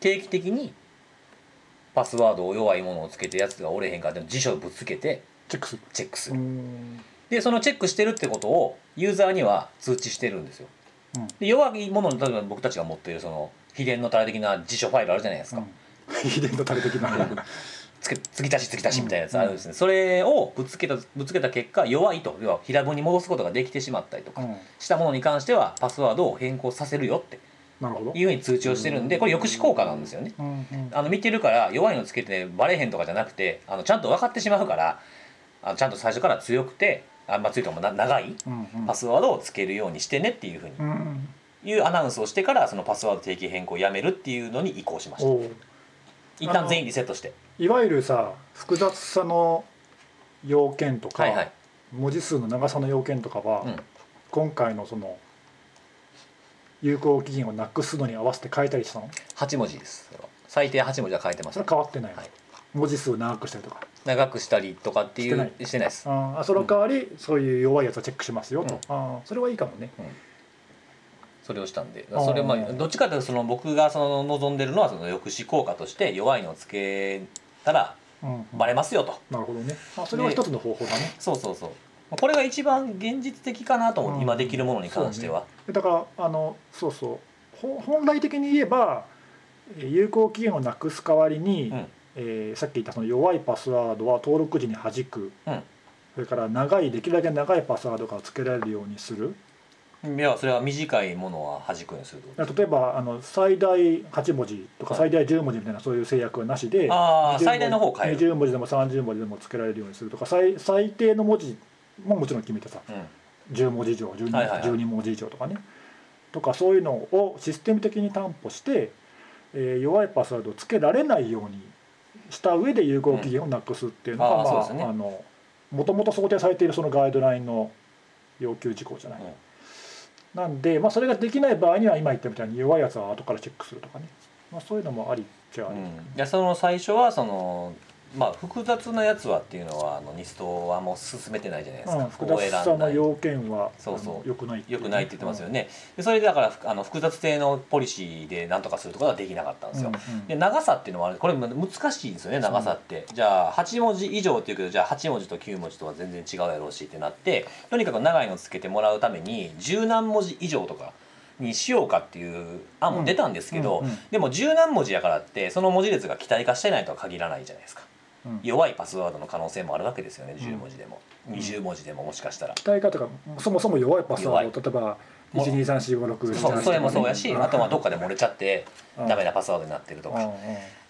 S2: 定期的にパスワードを弱いものをつけてやつがおれへんからでも辞書ぶつけて
S3: チェックする
S2: チェックす
S3: う
S2: る
S3: ん
S2: でそのチェックしてるってことをユーザーには通知してるんですよ
S3: うん
S2: で弱いものの例えば僕たちが持っているその秘伝のタレ的な辞書ファイルあるじゃないです
S3: う
S2: か、
S3: ん秘伝のタレ的 <laughs> な
S2: つけ継ぎ足し継ぎ足しみたいなやつあるんですね、それをぶつけたぶつけた結果弱いと要は平文に戻すことができてしまったりと
S3: う
S2: か
S3: ん
S2: したものに関してはパスワードを変更させるよって
S3: なるほど
S2: いうふうに通知をしてるんでこれ抑止効果なんですよね
S3: うんうん
S2: あの見てるから弱いのつけてバレへんとかじゃなくてあのちゃんと分かってしまうからあのちゃんと最初から強くてあまあ強いとかもな長い
S3: うんうん
S2: パスワードをつけるようにしてねっていうふうに
S3: うんうん
S2: いうアナウンスをしてからそのパスワード定期変更をやめるっていうのに移行しました
S3: おう
S2: 一旦全員リセットして
S3: いわゆるさ複雑さの要件とか、
S2: はいはい
S3: 文字数の長さの要件とかは、
S2: うん
S3: 今回のその有効期限をなくすのに合わせて変えたりしたの
S2: 8文字ですそれは最低8文字は変えてまし
S3: それ
S2: た
S3: は変わってないの、
S2: はい
S3: 文字数を長くしたりとか
S2: 長くしたりとかっていう
S3: してな
S2: してないです
S3: あーその代わり、そういう弱いやつはチェックしますよと、
S2: うん
S3: あーそれはいいかもね、
S2: うんそれをしたんで
S3: あー
S2: それまあどっちかというとその僕がその望んでるのはその抑止効果として弱いのをつけたら
S3: うん
S2: バレますよと
S3: なるほどねあそれは一つの方法だね
S2: そうそうそうまあこれが一番現実的かなと思っ
S3: うん
S2: て今できるものに関しては
S3: だからあのそうそうほ本来的に言えばえー有効期限をなくす代わりに、
S2: うん
S3: えーさっき言ったその弱いパスワードは登録時に弾く、
S2: うん
S3: それから長いできるだけ長いパスワードが付けられるようにする
S2: いやそれは短いものは弾くようにすると
S3: 例えばあの最大8文字とか
S2: はい
S3: 最大10文字みたいなそういう制約はなしで、
S2: ああ
S3: 20
S2: 最大の方を変える、
S3: 20文字でも30文字でも付けられるようにするとか最最低の文字ももちろん決めてさ
S2: うん、
S3: 10文字以上 12,、
S2: はいはいはい
S3: 12文字以上とかねとかそういうのをシステム的に担保して、えー弱いパスワードをつけられないようにした上で有効期限をなくすっていうのが、
S2: うんあー
S3: ま
S2: そうですね
S3: ああのもともと想定されているそのガイドラインの要求事項じゃない、
S2: うん
S3: なんで、まあ、それができない場合には今言ったみたいに弱いやつは後からチェックするとかね、まあ、そういうのもありっちゃあ
S2: う
S3: り、
S2: ん、いやその最初はそのまあ複雑なやつはっていうのはあのニストはもう進めてないじゃないですか、
S3: う
S2: こ
S3: ん複
S2: こを選ん
S3: 雑さ
S2: だ
S3: の要件は
S2: そうそう
S3: あの良くないって
S2: よくないって言ってますよ
S3: ね。
S2: ね、でそれでだからふあの複雑性のポリシーで何とかするとかはできなかったんですよ、
S3: うんうん
S2: で長さっていうのもあるこれ難しいんですよね長さって、じゃあ8文字以上っていうけどじゃあ8文字と9文字とは全然違うやろうしってなってとにかく長いのつけてもらうために十何文字以上とかにしようかっていう案も出たんですけど、
S3: うんうん
S2: でも十何文字やからってその文字列が期待化してないとは限らないじゃないですか
S3: うん
S2: 弱いパスワードの可能性もあるわけですよね10文字でも、20文字でももしかしたら。
S3: 期待かとかそもそも弱いパスワード例えば
S2: もう
S3: 123456
S2: そうそれもそうやしあとはどっ
S3: こ
S2: かで漏れちゃってダメなパスワードになってるとかっ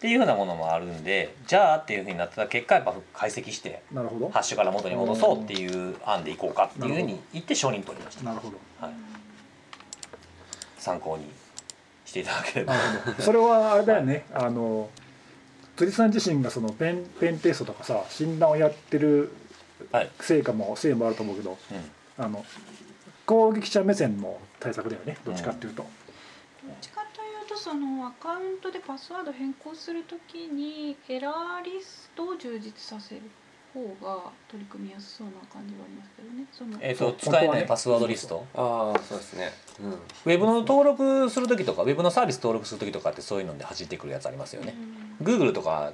S2: ていうふうなものもあるんでじゃあっていうふうになった結果やっぱ解析して
S3: なるほど
S2: ハッシュから元に戻そうっていう案でいこうかっていうふうに言って承認取りました
S3: なるほど
S2: はい参考にしていただければ
S3: なるほどそれはあれだよねあの鳥さん自身がそのペンペンテストとかさ診断をやってる
S2: はい、
S3: 成果も成もあると思うけど
S2: うん
S3: あの攻撃者目線の対策だよねどっちかっていうと、
S4: どっちかというとそのアカウントでパスワード変更するときにエラーリストを充実させる方が取り組みやすそうな感じはありますけどねその、
S2: えっ、
S3: そう
S2: と使えないパスワードリスト
S1: ああそうですねうん
S2: ウェブの登録する時とかウェブのサービス登録する時とかってそういうので走ってくるやつありますよね、Google とか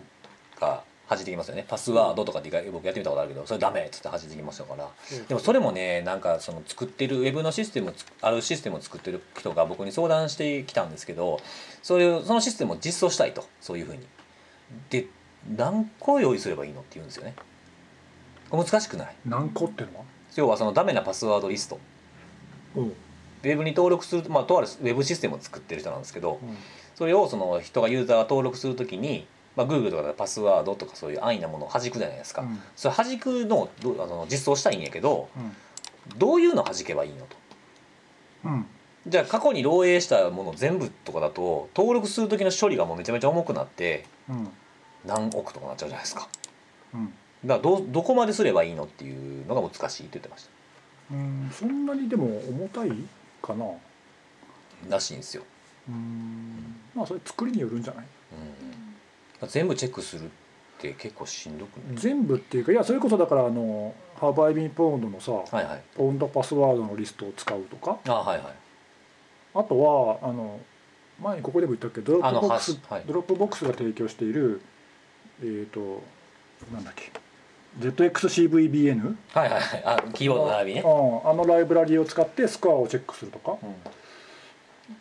S2: が走ってきますよねパスワードとかって一回僕やってみたことあるけどそれダメっつって走ってきましたからでもそれもねなんかその作ってるウェブのシステムをつあるシステムを作ってる人が僕に相談してきたんですけどそれをそのシステムを実装したいとそういうふうにで何個用意すればいいのって言うんですよねこれ難しくない
S3: 何個っていうのは、
S2: 要はそのダメなパスワードリスト
S3: うんうん
S2: ウェブに登録するまあとあるウェブシステムを作ってる人なんですけどそれをその人がユーザーが登録するときに、まあ、Google とかでパスワードとかそういう安易なものを弾くじゃないですか、
S3: うん
S2: それ弾くのをどうあの実装したいんやけど
S3: うん
S2: どういうの弾けばいいのと
S3: うん
S2: じゃあ過去に漏洩したもの全部とかだと登録する時の処理がもうめちゃめちゃ重くなって
S3: うん
S2: 何億とかなっちゃうじゃないですか
S3: うん
S2: だからどどこまですればいいのっていうのが難しいって言ってまし
S3: うんそんなにでも重たいかな
S2: たらしいんですよ、
S3: うんまあそれ作りによるんじゃない
S2: うん、全部チェックするって結構しんどくない、
S3: 全部っていうかいやそれこそだからあのハーバイビンポンドのさ、
S2: はいはい
S3: ポンドパスワードのリストを使うとか
S2: あはいはい
S3: あとはあの前にここでも言ったっけどドロ
S2: あの
S3: ップボッ
S2: は
S3: クス
S2: し、はい
S3: ドロップボックスが提供しているえっ、となんだっけ ZXCVBN、
S2: はいはいはいあキーボード並びね、
S3: うんあのライブラリを使ってスコアをチェックするとか
S2: うん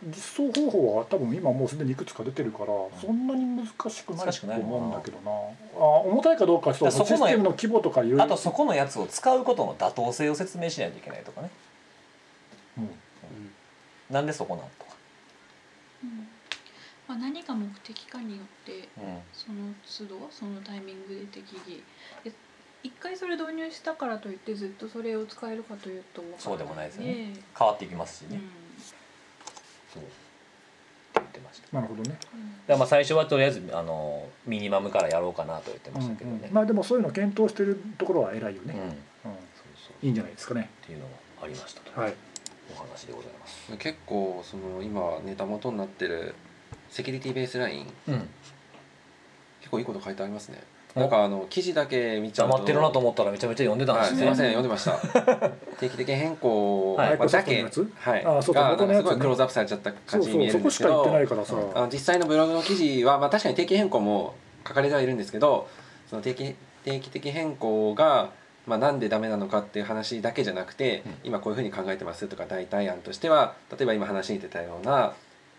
S3: 実装方法は多分今もうすでにいくつか出てるからそんなに難しくない
S2: 難しく
S3: と
S2: ないのかな
S3: 思うんだけどなあ重たいかどうかはそう
S2: だからそ
S3: シ
S2: この
S3: ステムの規模とかいろいろ
S2: あとそこのやつを使うことの妥当性を説明しないといけないとかね
S3: うん
S2: なんでそこなんとか、
S4: うんまあ、何が目的かによって
S2: うん
S4: その都度そのタイミングで適宜で一回それ導入したからといってずっとそれを使えるかというとわから
S2: そうでもないですよね
S4: んで
S2: 変わっていきますし
S4: う
S2: ね、
S4: ん
S2: そうって言ってました
S3: なるほどね
S2: だからまあ最初はとりあえずあのミニマムからやろうかなと言ってましたけどね。
S3: まあでもそういうの検討してるところは偉いよ
S2: うん、
S3: ね、
S2: そう
S3: うん
S2: そう
S3: いいんじゃないですかね
S2: っていうのがありましたと、
S3: はい
S2: お話でございます。
S1: 結構その今ネタ元になってるセキュリティベースライン
S2: うん、
S1: 結構いいこと書いてありますねなんかあの記事だけ見ちゃう
S2: 黙ってるなと思ったらめちゃめちゃ読んでたん
S1: はい、
S2: です
S1: す
S2: ね、
S1: みません読んでました
S3: <laughs>
S1: 定期的変更、
S2: はい
S1: まあだけ、
S3: マイクロソフ
S1: はい、
S3: あそうか
S1: がな
S3: 元
S1: ん
S3: の
S1: か
S3: や
S1: す
S3: つね
S1: ごいクローズアップされちゃった
S3: そ
S1: 感
S3: う
S1: じに
S3: そ
S1: 見える
S3: うそ
S1: んで
S3: こ
S1: す
S3: し
S1: け
S3: か言
S1: ど
S3: ってないからさ、
S1: あの実際のブログの記事は、まあ、確かに定期変更も書かれてはいるんですけどその定期定期的変更が、まあ、なんでダメなのかっていう話だけじゃなくて、
S2: うん
S1: 今こういうふうに考えてますとか代替案としては例えば今話に出たような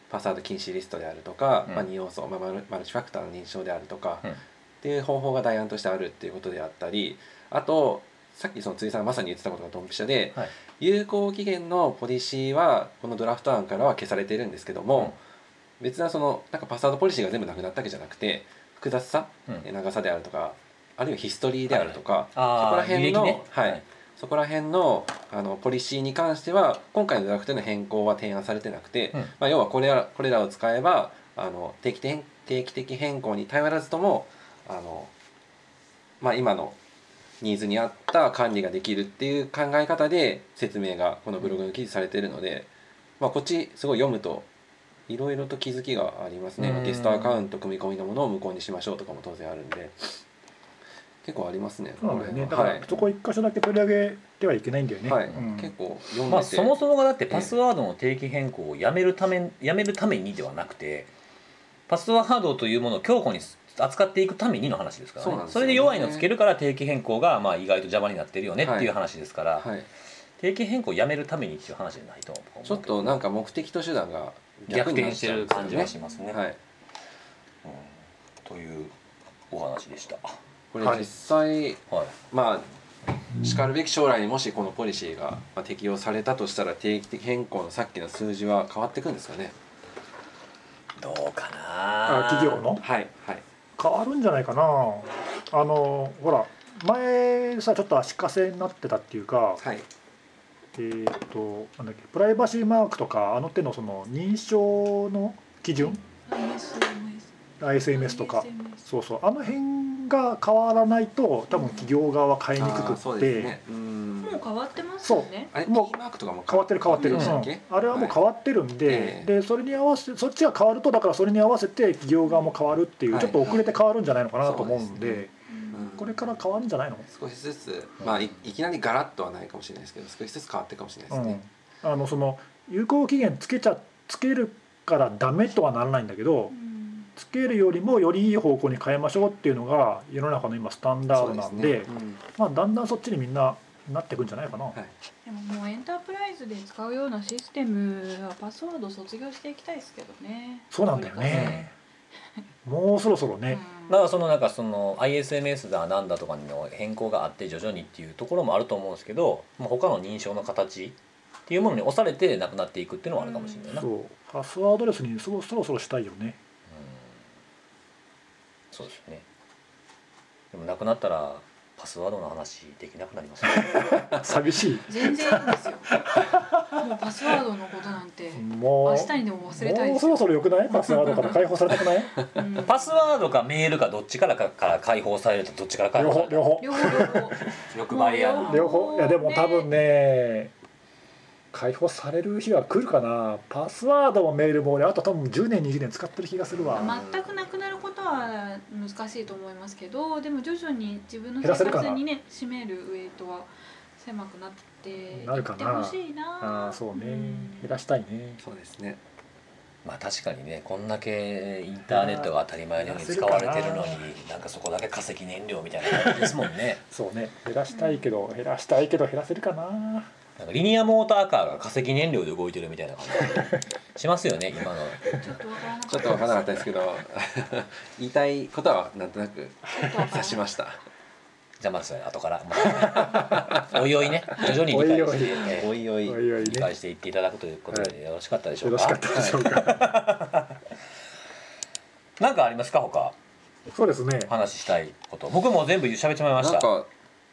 S1: パスワード禁止リストであるとか、
S2: うん
S1: まあ、2要素、まあ、マルマルチファクターの認証であるとか、
S2: うん
S1: っていう方法が代案としてあるっていうことであったりあとさっきその辻さんがまさに言ってたことがドンピシャで、
S2: はい
S1: 有効期限のポリシーはこのドラフト案からは消されているんですけども、別なそのなんかパスワードポリシーが全部なくなったわけじゃなくて複雑さ、
S2: うん
S1: 長さであるとかあるいはヒストリーであるとか、
S2: あー
S1: そこら辺の
S2: 履歴ね
S1: はい
S2: はい
S1: そこら辺のあのポリシーに関しては今回のドラフトへの変更は提案されてなくて、
S2: うん
S1: まあ、要はこれらこれらを使えばあの定期的定期的変更に頼らずともあの、まあ、今のニーズに合った管理ができるっていう考え方で説明がこのブログの記事されているので、まあ、こっちすごい読むといろいろと気づきがありますね
S2: うん
S1: ゲストアカウント組み込みのものを無効にしましょうとかも当然あるんで結構ありますね。
S3: そうなんだよね
S1: この
S3: だか
S1: 辺は
S3: らそこ一箇所だけ取り上げてはいけないんだよね、
S1: はい、はい
S3: うん
S1: 結構読んでて、
S2: まあ、そもそもがだってパスワードの定期変更をやめるためやめるためにではなくてパスワードというものを強固に扱っていくためにの話ですから、
S1: そ
S2: ね
S1: う
S2: そ
S1: なんですよね
S2: れで弱いのつけるから定期変更がまあ意外と邪魔になってるよねっていう話ですから、
S1: はい、
S2: 定期変更をやめるためにっていう話じゃないと思う
S1: ちょっとなんか目的と手段が逆
S2: 逆
S1: にな
S2: 転
S1: っ
S2: して
S1: ちゃうん
S2: る
S1: ですよ
S2: 感じがしますね、
S1: はい、
S2: うんというお話でした
S1: これ
S3: はい
S1: 実際、
S2: はい
S1: まあしかるべき将来にもしこのポリシーがまあ適用されたとしたら定期的変更のさっきの数字は変わっていくんですかね
S2: どうかな
S3: あ企業の
S1: はいはい
S3: 変わるんじゃないかなあのほら前さちょっと足かせになってたっていうか、
S1: はい
S3: えー、となんだっけプライバシーマークとかあの手のその認証の基準
S4: ISMS
S3: ISMS とか
S4: ISMS
S3: そうそうあの辺が変わらないと多分企業側は変えにく
S1: あ
S3: く
S1: ーそ
S3: っ
S1: う
S3: て
S1: ですねうん
S4: もう変わってますよね
S1: あれ
S3: もう
S1: T マークとかも
S3: 変わってる変わってる、
S2: う
S3: うんん
S1: でしたっけ
S3: あれはもう変わってるんで,、
S1: ええ
S3: でそれに合わせてそっちが変わるとだからそれに合わせて企業側も変わるっていう、
S1: はい
S3: ちょっと遅れて変わるんじゃないのかなと思うん
S1: そう
S3: で,、
S1: ですね
S4: うん
S1: うん
S3: これから変わるんじゃないの、
S1: 少しずつまあいいきなりガラッとはないかもしれないですけど少しずつ変わっていくかもしれな
S3: う
S1: いです
S3: ん
S1: ね、、
S3: あのその有効期限つけちゃつけるからダメとはならないんだけど、
S4: うん
S3: つけるよりもよりいい方向に変えましょうっていうのが世の中の今スタンダ
S1: そ
S3: ード
S1: うで
S3: な
S1: す
S3: ん
S1: ね
S3: で
S1: うん
S3: まあ、だんだんそっちにみんななっていくんじゃないかな、
S1: い
S4: でももうエンタープライズで使うようなシステムはパスワード卒業していきたいですけどね
S3: そうなんだよねもうそろそろね、
S4: うん
S2: だからそのなんかその ISMS だなんだとかの変更があって徐々にっていうところもあると思うんですけど、まあ、他の認証の形っていうものに押されてなくなっていくっていうのはあるかもしれないな、うん
S3: そうパスワードレスにそろそろそろしたいよね
S2: そうですよねでもなくなったらパスワードの話できなくなります <laughs> ね
S3: 寂しい
S4: 全然いい
S3: <laughs>
S4: んですよもうパスワードのことなんて
S3: もう
S4: 明日にでも忘れ
S3: も
S4: たいで
S3: う
S4: す
S3: そ
S4: よ
S3: ろそろよくないパスワードから解放されたくない
S4: うん
S2: パスワードかメールかどっちからかから解放されるとどっちから解
S3: 両
S2: 放される
S3: 方両方
S4: 両方両方
S2: 欲張りや
S4: も
S2: な
S4: う
S3: 両方いやでも多分ね解放される日は来るかなパスワードもメールも俺あと多分10年20年使ってる気がするわ、
S1: ま
S4: 全くなくなることは難しいと思いますけどでも徐々に自分の
S3: 減らせ
S4: 生
S3: るかな
S4: 活にね占めるウェイトは狭くなってい
S3: なるか
S4: っ
S3: な
S4: てほしいな
S3: ああそうね、
S4: ん
S3: 減らしたいね
S1: そうですね
S2: まあ確かにねこんだけインターネットが当たり前のように使われてるのになんかそこだけ化石燃料みたいな感じですもんね
S3: そうね減らしたいけど、減らしたいけど減らせるかな
S2: なんかリニアモーターカーが化石燃料で動いてるみたいな感
S1: <laughs>
S2: じしますよね今の
S4: ちょっとわからなかった
S1: ちょっと分からなかったですけ
S3: <laughs>
S1: ど言いたいことはなんとなく
S4: ちょっとわからなか
S1: 察
S4: っ
S1: したま
S3: <laughs>
S1: した
S2: 邪魔ですよね後から、まあ <laughs> おいおいね徐々に理解して、
S3: おいお
S1: おい
S2: え
S1: おい
S3: おいおい
S2: ー理
S3: ね
S2: 解していっていただくということ
S3: は
S2: でよろしかったでしょ
S3: よ
S2: う
S3: ろし
S2: か,、
S3: かったでしょうか
S2: なんかありますか他
S3: そうですね
S2: お話ししたいこと僕もう全部喋っちまいまし
S1: なん
S2: た
S1: か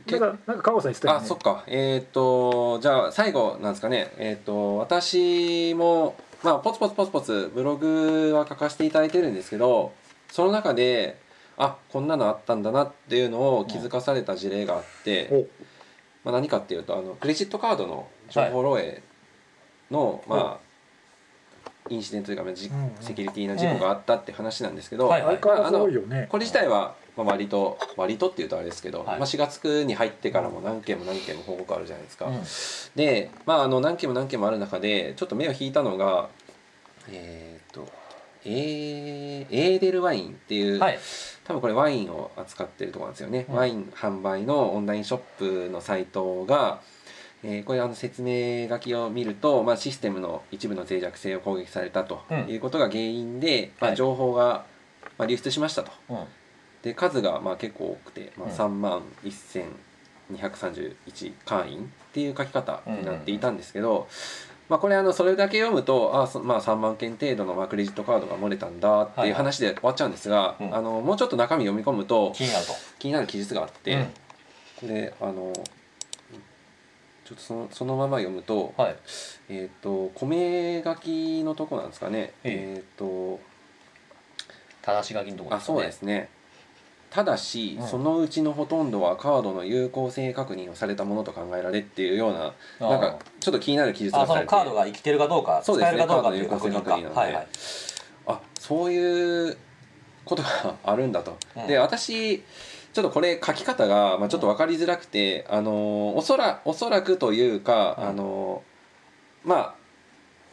S3: なんかなんか加護さん言ってたよ
S1: あ
S3: ね
S1: そっかえっ、とじゃあ最後なんですかねえっ、と私もまあポツポツポツポツブログは書かせていただいてるんですけどその中であこんなのあったんだなっていうのを気づかされた事例があって、
S3: お
S1: まあ、何かっていうとあのクレジットカードの情報漏洩の、まあインシデントというかまあじ
S3: うんうん
S1: セキュリティの事故があったって話なんですけど、
S2: はいはい
S3: 相変わらず多いよね
S1: これ自体はまあ、割と割とっていうとあれですけど、
S2: はい
S1: まあ、4月に入ってからも何件も何件も報告あるじゃないですか。
S2: うん
S1: で、まあ、あの何件も何件もある中でちょっと目を引いたのがえーっとエーエーデルワインっていう、
S2: はい
S1: 多分これワインを扱ってるところなんですよね、
S2: うん
S1: ワイン販売のオンラインショップのサイトが、えーこれあの説明書きを見ると、まあ、システムの一部の脆弱性を攻撃されたと
S2: うん
S1: いうことが原因で、ま
S2: は
S1: あ、
S2: い
S1: 情報が、まあ、流出しましたと。
S2: うん
S1: で数がまあ結構多くて、まあ、
S2: うん
S1: 3万1231会員っていう書き方になっていたんですけど、まあ、これあのそれだけ読むとあそまあ、3万件程度のまあクレジットカードが漏れたんだって
S2: はいいう
S1: 話で終わっちゃうんですが、
S2: うん
S1: あのもうちょっと中身読み込むと
S2: 気になると。
S1: 気になる記述があって、
S2: うん
S1: であのちょっとそのそのまま読むと、
S2: はい
S1: えっ、と米書きのとこなんですかね、
S2: え
S1: えっ、と
S2: 正し書きのところ
S1: あそうですねただし、
S2: うん
S1: そのうちのほとんどはカードの有効性確認をされたものと考えられっていうような
S2: あー
S1: なんかちょっと気になる記述
S2: あ
S1: が
S2: そ
S1: さ
S2: の
S1: れて
S2: カードが生きてるかどうか
S1: そうで
S2: 使
S1: す
S2: え
S1: ね
S2: るかどうかっていう確認
S1: カードの有効性確認なん
S2: か
S1: で
S2: はいはい
S1: あそういうことがあるんだと、
S2: うん
S1: で私ちょっとこれ書き方が、まあ、ちょっと分かりづらくて、あのーおそらおそらくというか、
S2: うん
S1: あのーまあ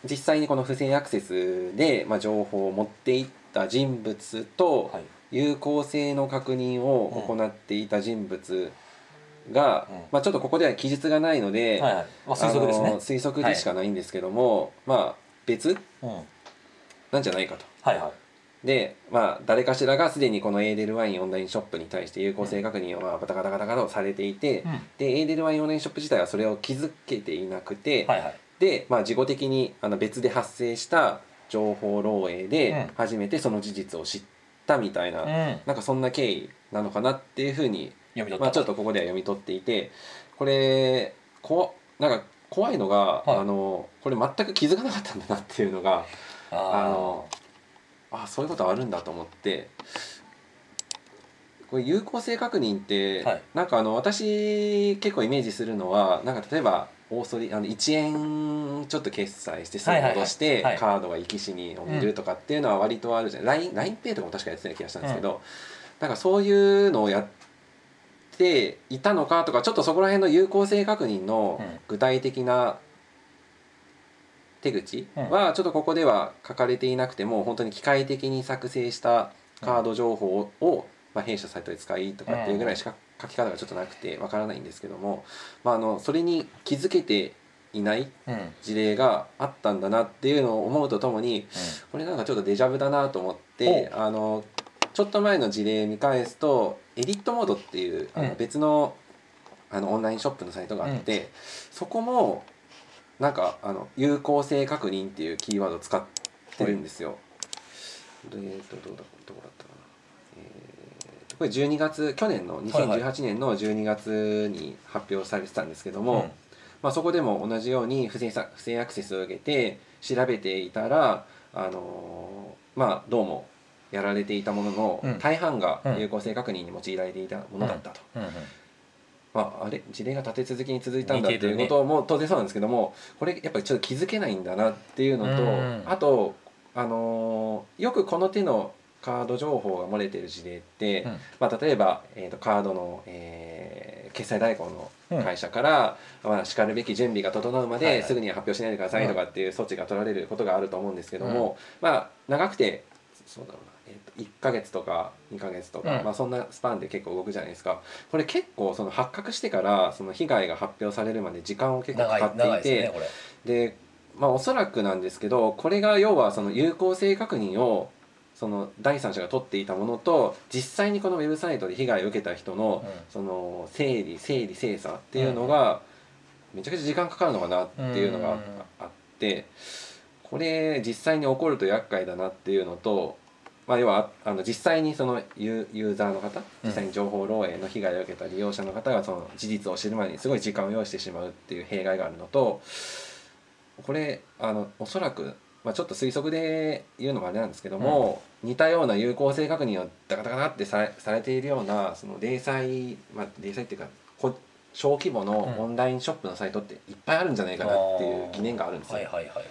S1: 実際にこの不正アクセスで、まあ、情報を持っていった人物と、
S2: はい
S1: 有効性の確認を行っていた人物が、
S2: うん
S1: まあ、ちょっとここでは記述がないので、
S2: はいはいまあ推測です
S1: あ
S2: ね
S1: の推測でしかないんですけども、まあ別
S2: うん
S1: なんじゃないかと。
S2: はいはい
S1: で、まあ、誰かしらがすでにこのエーデルワインオンラインショップに対して有効性確認をまあバタガタガタガタをされていて、
S2: うん
S1: でエーデルワインオンラインショップ自体はそれを気づけていなくて、
S2: はいはい
S1: で、まあ、事後的にあの別で発生した情報漏洩で
S2: うん
S1: 初めてその事実を知ったみたいな、
S2: うん
S1: なんかそんな経緯なのかなっていうふうに
S2: 読み取った
S1: まあ、ちょっとここでは読み取っていてこれこなんか怖いのが、
S2: はい
S1: あのこれ全く気づかなかったんだなっていうのが
S2: あ
S1: あ
S2: ー
S1: のあそういうことあるんだと思ってこれ有効性確認って、
S2: はい
S1: なんかあの私結構イメージするのはなんか例えば大そりあの1円ちょっと決済してすぐ戻して、
S2: はいはいはいはい
S1: カードが生き死にを見るとかっていうのは割とあるじゃない l i n e イとかも確かやってた気がしたんですけど、なんかそういうのをやっていたのかとかちょっとそこら辺の有効性確認の
S2: うん
S1: 具体的な手口はちょっとここでは書かれていなくても本当に機械的に作成したカード情報を、まあ、弊社サイトで使いとかっていうぐらいしか書き方がちょっとなくてわからないんですけども、まあ、あのそれに気づけていない
S2: うんうん
S1: 事例があったんだなっていうのを思うとともにこれなんかちょっとデジャブだなと思ってあのちょっと前の事例見返すとエディットモードっていうあ
S2: うん
S1: の別の,、あのオンラインショップのサイトがあって、そこもなんかあの有効性確認っていうキーワードを使ってるんですよ。えーとどうだどこだったかな。えーとこれ12月去年の
S2: はいは
S1: 2018年の12月に発表されてたんですけども、まあ、そこでも同じように不正さ不正アクセスを受けて調べていたら、あのーまあ、どうもやられていたもの
S2: う
S1: の
S2: ん
S1: 大半が
S2: うん
S1: 有効性確認に用いられていたものだったと、
S2: うんうん
S1: まあ、あれ事例が立て続けに続いたんだ
S2: 似
S1: と
S2: て
S1: い
S2: る
S1: う
S2: ね
S1: ことも当然そうなんですけどもこれやっぱりちょっと気づけないんだなっていうのと、
S2: うん
S1: あと、あのーよくこの手のカード情報が漏れてる事例って、
S2: うん
S1: まあ、例えば、えー、とカードの、えー決済代行の会社から、まあ、しかるべき準備が整うま
S2: はいはい
S1: ですぐには発表しないでくださいとかっていう措置が取られることがあると思うんですけども、まあ、長くてそうだろうな、えー、と1ヶ月とか2ヶ月とか、
S2: うん
S1: まあ、そんなスパンで結構動くじゃないですかこれ結構その発覚してからその被害が発表されるまで時間を結構
S2: 長
S1: かか
S2: い長い
S1: っていて
S2: ですねこれ
S1: でまあおそらくなんですけどこれが要はその有効性確認をその第三者が取っていたものと実際にこのウェブサイトで被害を受けた人の
S2: うん
S1: その整理整理精査っていうのがめちゃくちゃ時間かかるのかなっていうのが
S2: うん
S1: あってこれ実際に起こると厄介だなっていうのと。まあ、要はあの実際にそのユーユーザーの方実際に情報漏洩の被害を受けた利用者の方がその事実を知る前にすごい時間を要してしまうっていう弊害があるのと、これあのおそらく、まあ、ちょっと推測で言うのもあれなんですけども、似たような有効性確認をダカダカダってさされているようなその零細、まあ、零細っていうかこ小規模の
S2: うん
S1: オンラインショップのサイトっていっぱいあるんじゃないかなっていう疑念があるんですよ。
S2: はいはいはいはい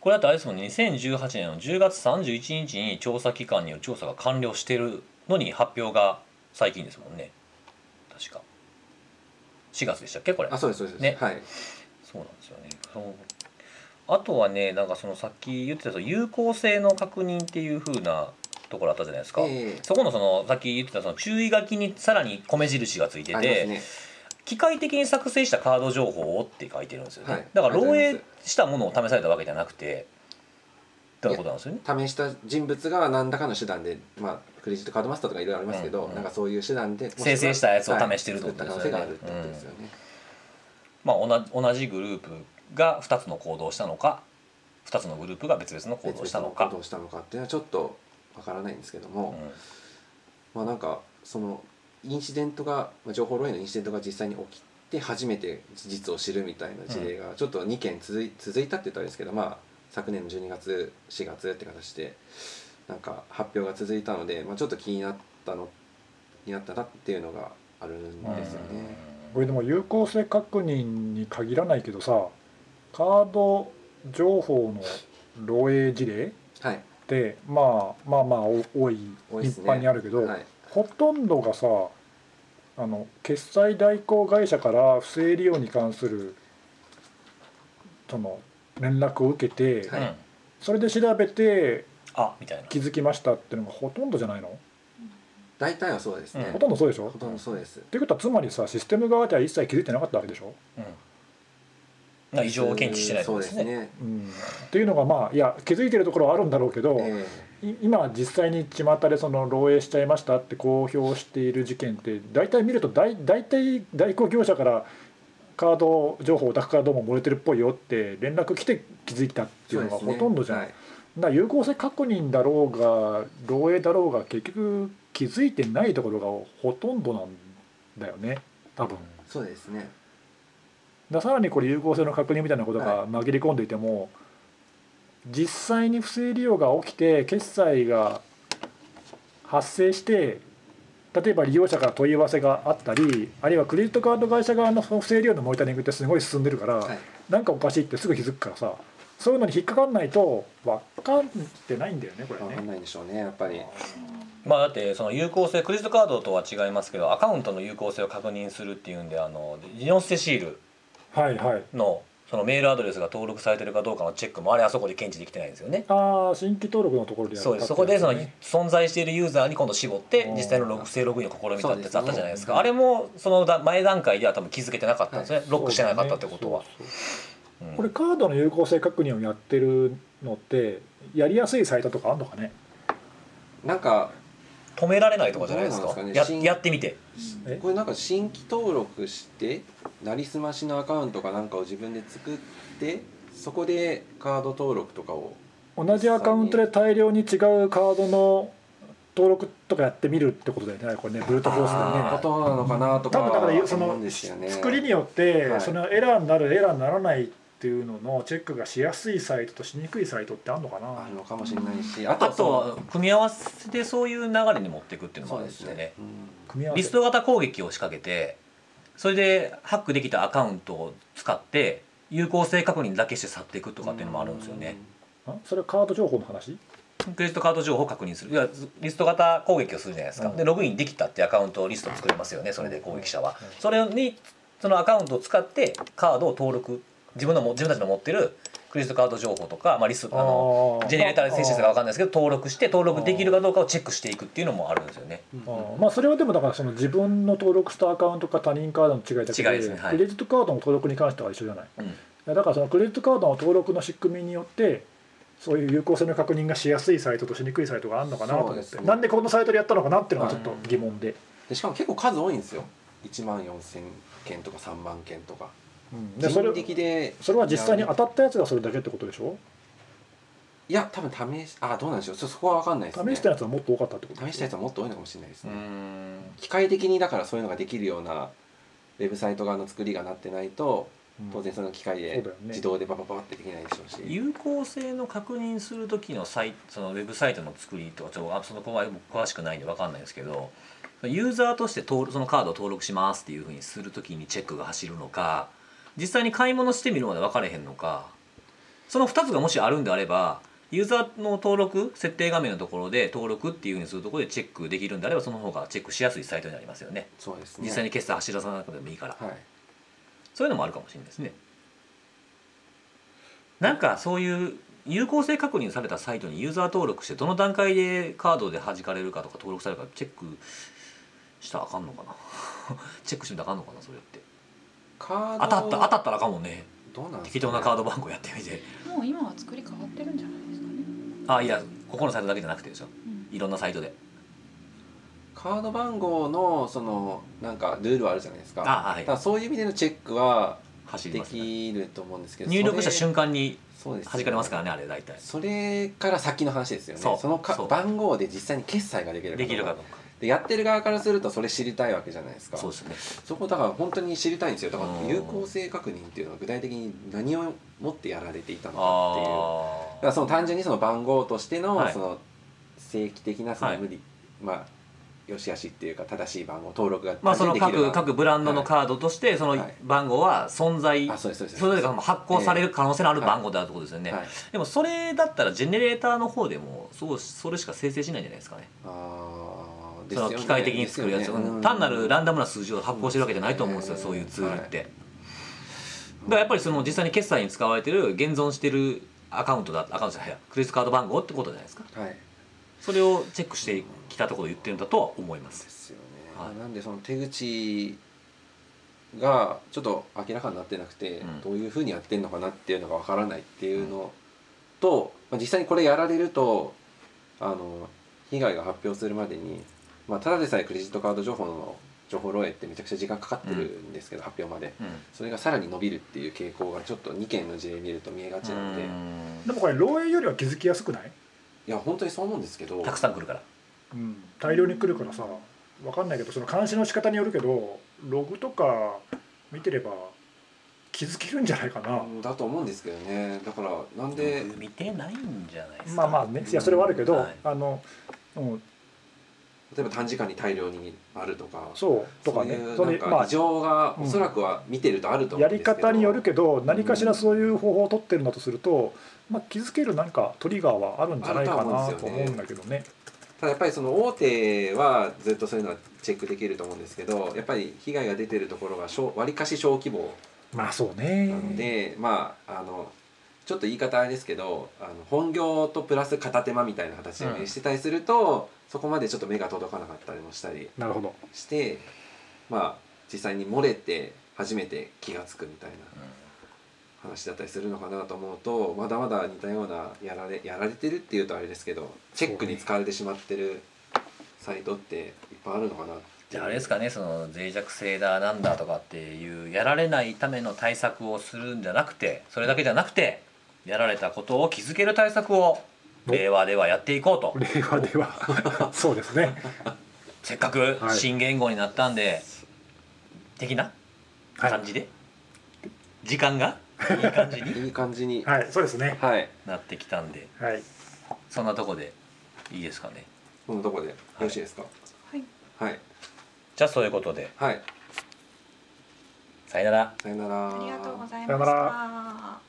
S2: これだってあれですもんね2018年の10月31日に調査機関による調査が完了してるのに発表が最近ですもんね確か4月でしたっけこれ
S1: あそうですそうです、
S2: ね
S1: はい
S2: そうなんですよねそのあとはねなんかそのさっき言ってたその有効性の確認っていう風なところあったじゃないですか、
S1: え
S2: そこのそのさっき言ってたその注意書きにさらに米印がついて
S1: えあります
S2: て、
S1: ね
S2: 機械的に作成したカード情報をって書いてるんですよね、
S1: はい
S2: だから
S1: ありがとう
S2: 漏
S1: ござい
S2: 洩したものを試されたわけじゃなくてってことなんですよね
S1: 試した人物が何らかの手段で、まあ、クレジットカードマスターとかいろいろありますけど、
S2: うんうん
S1: なんかそういう手段で
S2: 生成したやつを試してるって
S1: と
S2: こ
S1: 作
S2: と
S1: った可能性
S2: ですよね
S1: があるってことですよね、
S2: まあ同じ同じグループが2つの行動をしたのか2つのグループが別々の行動をしたのか
S1: どうしたのかっていうのはちょっとわからないんですけども、
S2: う
S1: まあなんかそのインシデントがまあ情報漏洩のインシデントが実際に起きて初めて事実を知るみたいな事例がちょっと2件続い続いたって言ったらあれですけど、まあ、昨年の12月4月って形でなんか発表が続いたので、まあ、ちょっと気になったのになったなっていうのがあるん
S2: ん
S1: ですよね。
S3: これでも有効性確認に限らないけどさカード情報の漏洩事例
S1: はい
S3: って、まあ、まあまあお多い
S1: 多いっ
S3: 一
S1: すね
S3: 般にあるけど、
S1: はい
S3: ほとんどがさあの決済代行会社から不正利用に関するその連絡を受けて、
S1: はい
S2: うん
S3: それで調べて
S2: あみたいな
S3: 気づきましたっていうのがほとんどじゃないの、
S1: 大体はそうですね、
S2: うん
S3: ほとんどそうでしょっ
S1: ほとんどそうです
S3: ていうことはつまりさシステム側では一切気づいてなかったわけでしょ、
S2: うんなんか異常を検知してないって
S1: そ
S2: こ
S1: う
S2: と
S1: で
S2: です
S1: す
S2: ね
S1: ね、
S3: うん、っていうのがまあいや気づいてるところはあるんだろうけど、
S1: え
S3: い今実際に巷でその漏洩しちゃいましたって公表している事件って大体見ると大大体代行業者からカード情報お宅からどうも漏れてるっぽいよって連絡来て気づいたっ
S1: え
S3: ていうのが
S1: そうですね
S3: ほとんどじゃん、
S1: はい
S3: だから有効性確認だろうが漏洩だろうが結局気づいてないところがほとんどなんだよね多分。
S1: そうですね
S3: ださらにこれ有効性の確認みたいなこと
S1: は
S3: が紛れ込んでいても、実際に不正利用が起きて決済が発生して例えば利用者から問い合わせがあったりあるいはクレジットカード会社側のその不正利用のモニタリングってすごい進んでるから、
S1: はい
S3: なんかおかしいってすぐ気づくからさそういうのに引っかかんないと分かってないんだよねこれ
S1: 分かん
S3: ね。
S1: ないでしょうねやっぱり
S2: まあだってその有効性クレジットカードとは違いますけどアカウントの有効性を確認するっていうんであのユニオンステシール
S3: はいはい
S2: のそのメールアドレスが登録されてるかどうかのチェックもあれあそこで検知できてないんですよね。
S3: ああ新規登録のところでや
S2: そうですそこでその
S3: ね
S2: 存在しているユーザーに今度絞って
S3: おー
S2: 実際のログ不正ログインを試みたってやつあったじゃないですか
S1: そ
S2: あ
S1: うで
S2: れもその段前段階では多分気づけてなかったんですねロックしてなかったってことは
S3: そう。だね
S2: うん
S3: これカードの有効性確認をやってるのってやりやすいサイトとかあんのかね
S1: なんか
S2: 止められないとかじゃないですか
S1: どうなんです
S2: や
S1: かね
S2: やってみて
S3: え
S1: これなんか新規登録してなりすましのアカウントかなんかを自分で作ってそこでカード登録とかを
S3: 同じアカウントで大量に違うカードの登録とかやってみるってことだよねこれねブルートフォー
S1: こ
S3: スでね
S1: となのかなとか
S3: 多分だからその
S1: 思うんですよね
S3: 作りによって、
S1: はい
S3: そのエラーになるエラーにならないっていうののチェックがしやすいサイトとしにくいサイトってあんのかな
S1: あるのかもしれないしあと
S2: あとは組み合わせでそういう流れに持っていくっていうのも
S1: そう
S2: あるん
S1: で
S2: です
S1: す
S2: よね
S1: ね。うん
S3: 組み合わ
S2: リ
S3: せ
S2: スト型攻撃を仕掛けてそれでハックできたアカウントを使って有効性確認だけして去っていくとかっていうのもあるんですよね。
S3: あそれはカード情報の話
S2: クレジットカード情報を確認するいやリスト型攻撃をするじゃないですか、
S3: うん
S2: でログインできたってアカウントをリスト作れますよねそれで攻撃者は、
S3: うん
S2: それにそのアカウントを使ってカードを登録自分のも自分たちの持ってるクレジットカード情報とか、まあ、リストあの
S3: あー
S2: ジェネレーターで生成したか分かんないですけど登録して登録できるかどうかをチェックしていくっていうのもあるんですよね
S1: うん
S3: あーまあそれはでもだからその自分の登録したアカウントか他人カードの違いだけ
S2: 違いですねはい
S3: クレジットカードの登録に関しては一緒じゃない
S2: うん
S3: いやだからそのクレジットカードの登録の仕組みによってそういう有効性の確認がしやすいサイトとしにくいサイトがあるのかなと
S1: そう
S3: 思
S1: で
S3: って、
S1: すね
S3: なんでこのサイトでやったのかなっていうのがちょっと疑問で、
S1: でしかも結構数多いんですよ1万4000件とか3万件とか
S3: うんでそれ
S1: 人力で
S3: それは実際に当たったやつがそれだけってことでしょ
S1: いや多分試しあどうなんでしょうそそこは分かんないですね
S3: 試したやつはもっと多かったってこと
S1: 試したやつはもっと多いのかもしれないですね、
S2: ん
S1: 機械的にだからそういうのができるようなウェブサイト側の作りがなってないと
S3: うん
S1: 当然その機械
S3: そう
S1: で
S3: だよね
S1: 自動でババババってできないでしょうし、
S2: 有効性の確認する時のサイそのウェブサイトの作りとかちょっとあその子は僕詳しくないんで分かんないですけどユーザーとして登録そのカードを登録しますっていうふうにする時にチェックが走るのか実際に買い物してみるまで分かれへんのかその2つがもしあるんであればユーザーの登録設定画面のところで登録っていうふうにするところでチェックできるんであればその方がチェックしやすいサイトになりますよね
S1: そうですね
S2: 実際に決済走らさなくてもいいから、
S1: はい
S2: そういうのもあるかもしれないですねなんかそういう有効性確認されたサイトにユーザー登録してどの段階でカードで弾かれるかとか登録されるかチェックしたらあかんのかな <laughs> チェックしてみたらあかんのかなそれって
S1: カード
S2: 当たった当たったらあかんもんね
S1: どうなんですかね
S2: 適当なカード番号やってみて
S4: もう今は作り変わってるんじゃないですかね。
S2: あいやここのサイトだけじゃなくてですよ
S4: うん
S2: いろんなサイトで
S1: カード番号のそのなんかルールあるじゃないですか
S2: あはい
S1: だからそういう意味でのチェックは
S2: 走り
S1: で
S2: ます、ね、
S1: きると思うんですけど
S2: 入力した瞬
S1: 間
S2: 間に
S1: そうですよ
S2: 弾かれますからねあれ大体
S1: それから先の話ですよね
S2: そう
S1: そのか
S2: そう
S1: 番号で実際に決済ができる
S2: できるか
S1: どう
S2: どうか
S1: でやってる側からするとそれ知りたいわけじゃないですか
S2: そうですね
S1: そこだから本当に知りたいんですよだか
S2: うん
S1: ら有効性確認っていうのは具体的に何をもってやられていたのかっていうだか
S2: あ
S1: らその単純にその番号としての
S2: はい
S1: その正規的なその
S2: はい
S1: 無理、まあよしあしっていうか正しい番号登録が
S2: まあその
S1: 単純にできる
S2: 各各ブランドのカードとしてその
S1: はい
S2: 番号は存在、
S1: あそうですそうです
S2: それぞれが発行される可能性のある
S1: ええ
S2: 番号であるってことですよね、
S1: はい、
S2: でもそれだったらジェネレーターの方でもそうそれしか生成しないんじゃないですかね
S1: あーです
S2: そ
S1: よ
S2: の
S1: ね
S2: 機械的に作るやつ、
S1: ですよね
S2: うん単なるランダムな数字を発行してるわけじゃないと思うんですよ、
S1: うん
S2: そういうツールって、だからやっぱりその実際に決済に使われてる現存してるアカウントだアカウントじゃないやクレジットカード番号ってことじゃないですか
S1: はい
S2: それをチェックしてきたところを言ってるんだとは思いま
S1: ですすよね、
S2: はい
S1: なんでその手口がちょっと明らかになってなくて、
S2: うん
S1: どういうふうにやってんのかなっていうのがわからないっていうのと、まあ、実際にこれやられるとあの被害が発表するまでに、まあ、ただでさえクレジットカード情報の情報漏洩ってめちゃくちゃ時間かかってるんですけど、発表まで
S2: うん
S1: それがさらに伸びるっていう傾向がちょっと2件の事例見ると見えがちなので、
S2: う
S1: い
S2: ん
S3: でもこれ漏洩よりは気づきやすくない、
S1: や本当にそう思うんですけど
S2: たくさん来るから
S3: うん、大量に来るからさ分かんないけどその監視の仕方によるけどログとか見てれば気づけるんじゃないかな、
S1: だと思うんですけどねだからなんで、
S2: 僕見てないんじゃないです
S3: ま
S2: か
S3: あまあねいやそれはあるけど、
S2: はい
S3: あの、うん、
S1: 例えば短時間に大量にあるとか
S3: そうとかね
S1: そ
S3: そう
S1: い
S3: れ
S1: うなんか
S3: ま
S1: 異常が
S3: うん
S1: おそらくは見てるとあると
S3: あ
S1: 思
S3: や
S1: うんです
S3: り
S1: けど、
S3: 方によるけど何かしら
S1: うん
S3: そういう方法を取ってるんだとすると、まあ、気づけるなんかトリガーはあるんじゃないかな
S1: ある
S3: と
S1: とは思うんですよね
S3: 思うんだけどね。
S1: ただやっぱりその大手はずっとそういうのはチェックできると思うんですけどやっぱり被害が出てるところがわりかし小規模
S3: まあそうね
S1: なので、まああのちょっと言い方あれですけどあの本業とプラス片手間みたいな形でしてたりすると、そこまでちょっと目が届かなかったりもしたり
S3: なるほど
S1: してまあ実際に漏れて初めて気が付くみたいな。話だったりするのかなと思うとまだまだ似たようなやられやられてるっていうとあれですけどチェックに使われてしまってるサイトっていっぱいあるのかなって
S2: じゃああれですかねその脆弱性だなんだとかっていうやられないための対策をするんじゃなくてそれだけじゃなくてやられたことを気づける対策を
S3: お
S2: 令和ではやっていこうと
S3: 令和ではそうですね
S2: せっかく
S3: はい
S2: 新言語になったんで、的な
S3: はい
S2: 感じで、時間がいい感じに
S1: いい感じに
S3: はいそうですね
S1: はい
S2: なってきたんで
S3: はい
S2: そんなとこでいいですかね
S1: このとこでよろしいですか
S4: はい。
S1: はい
S2: じゃあそういうことで
S1: はい
S2: さよなら
S1: さよなら
S4: ありがとうござい
S3: さよ
S4: ま
S3: な
S4: した。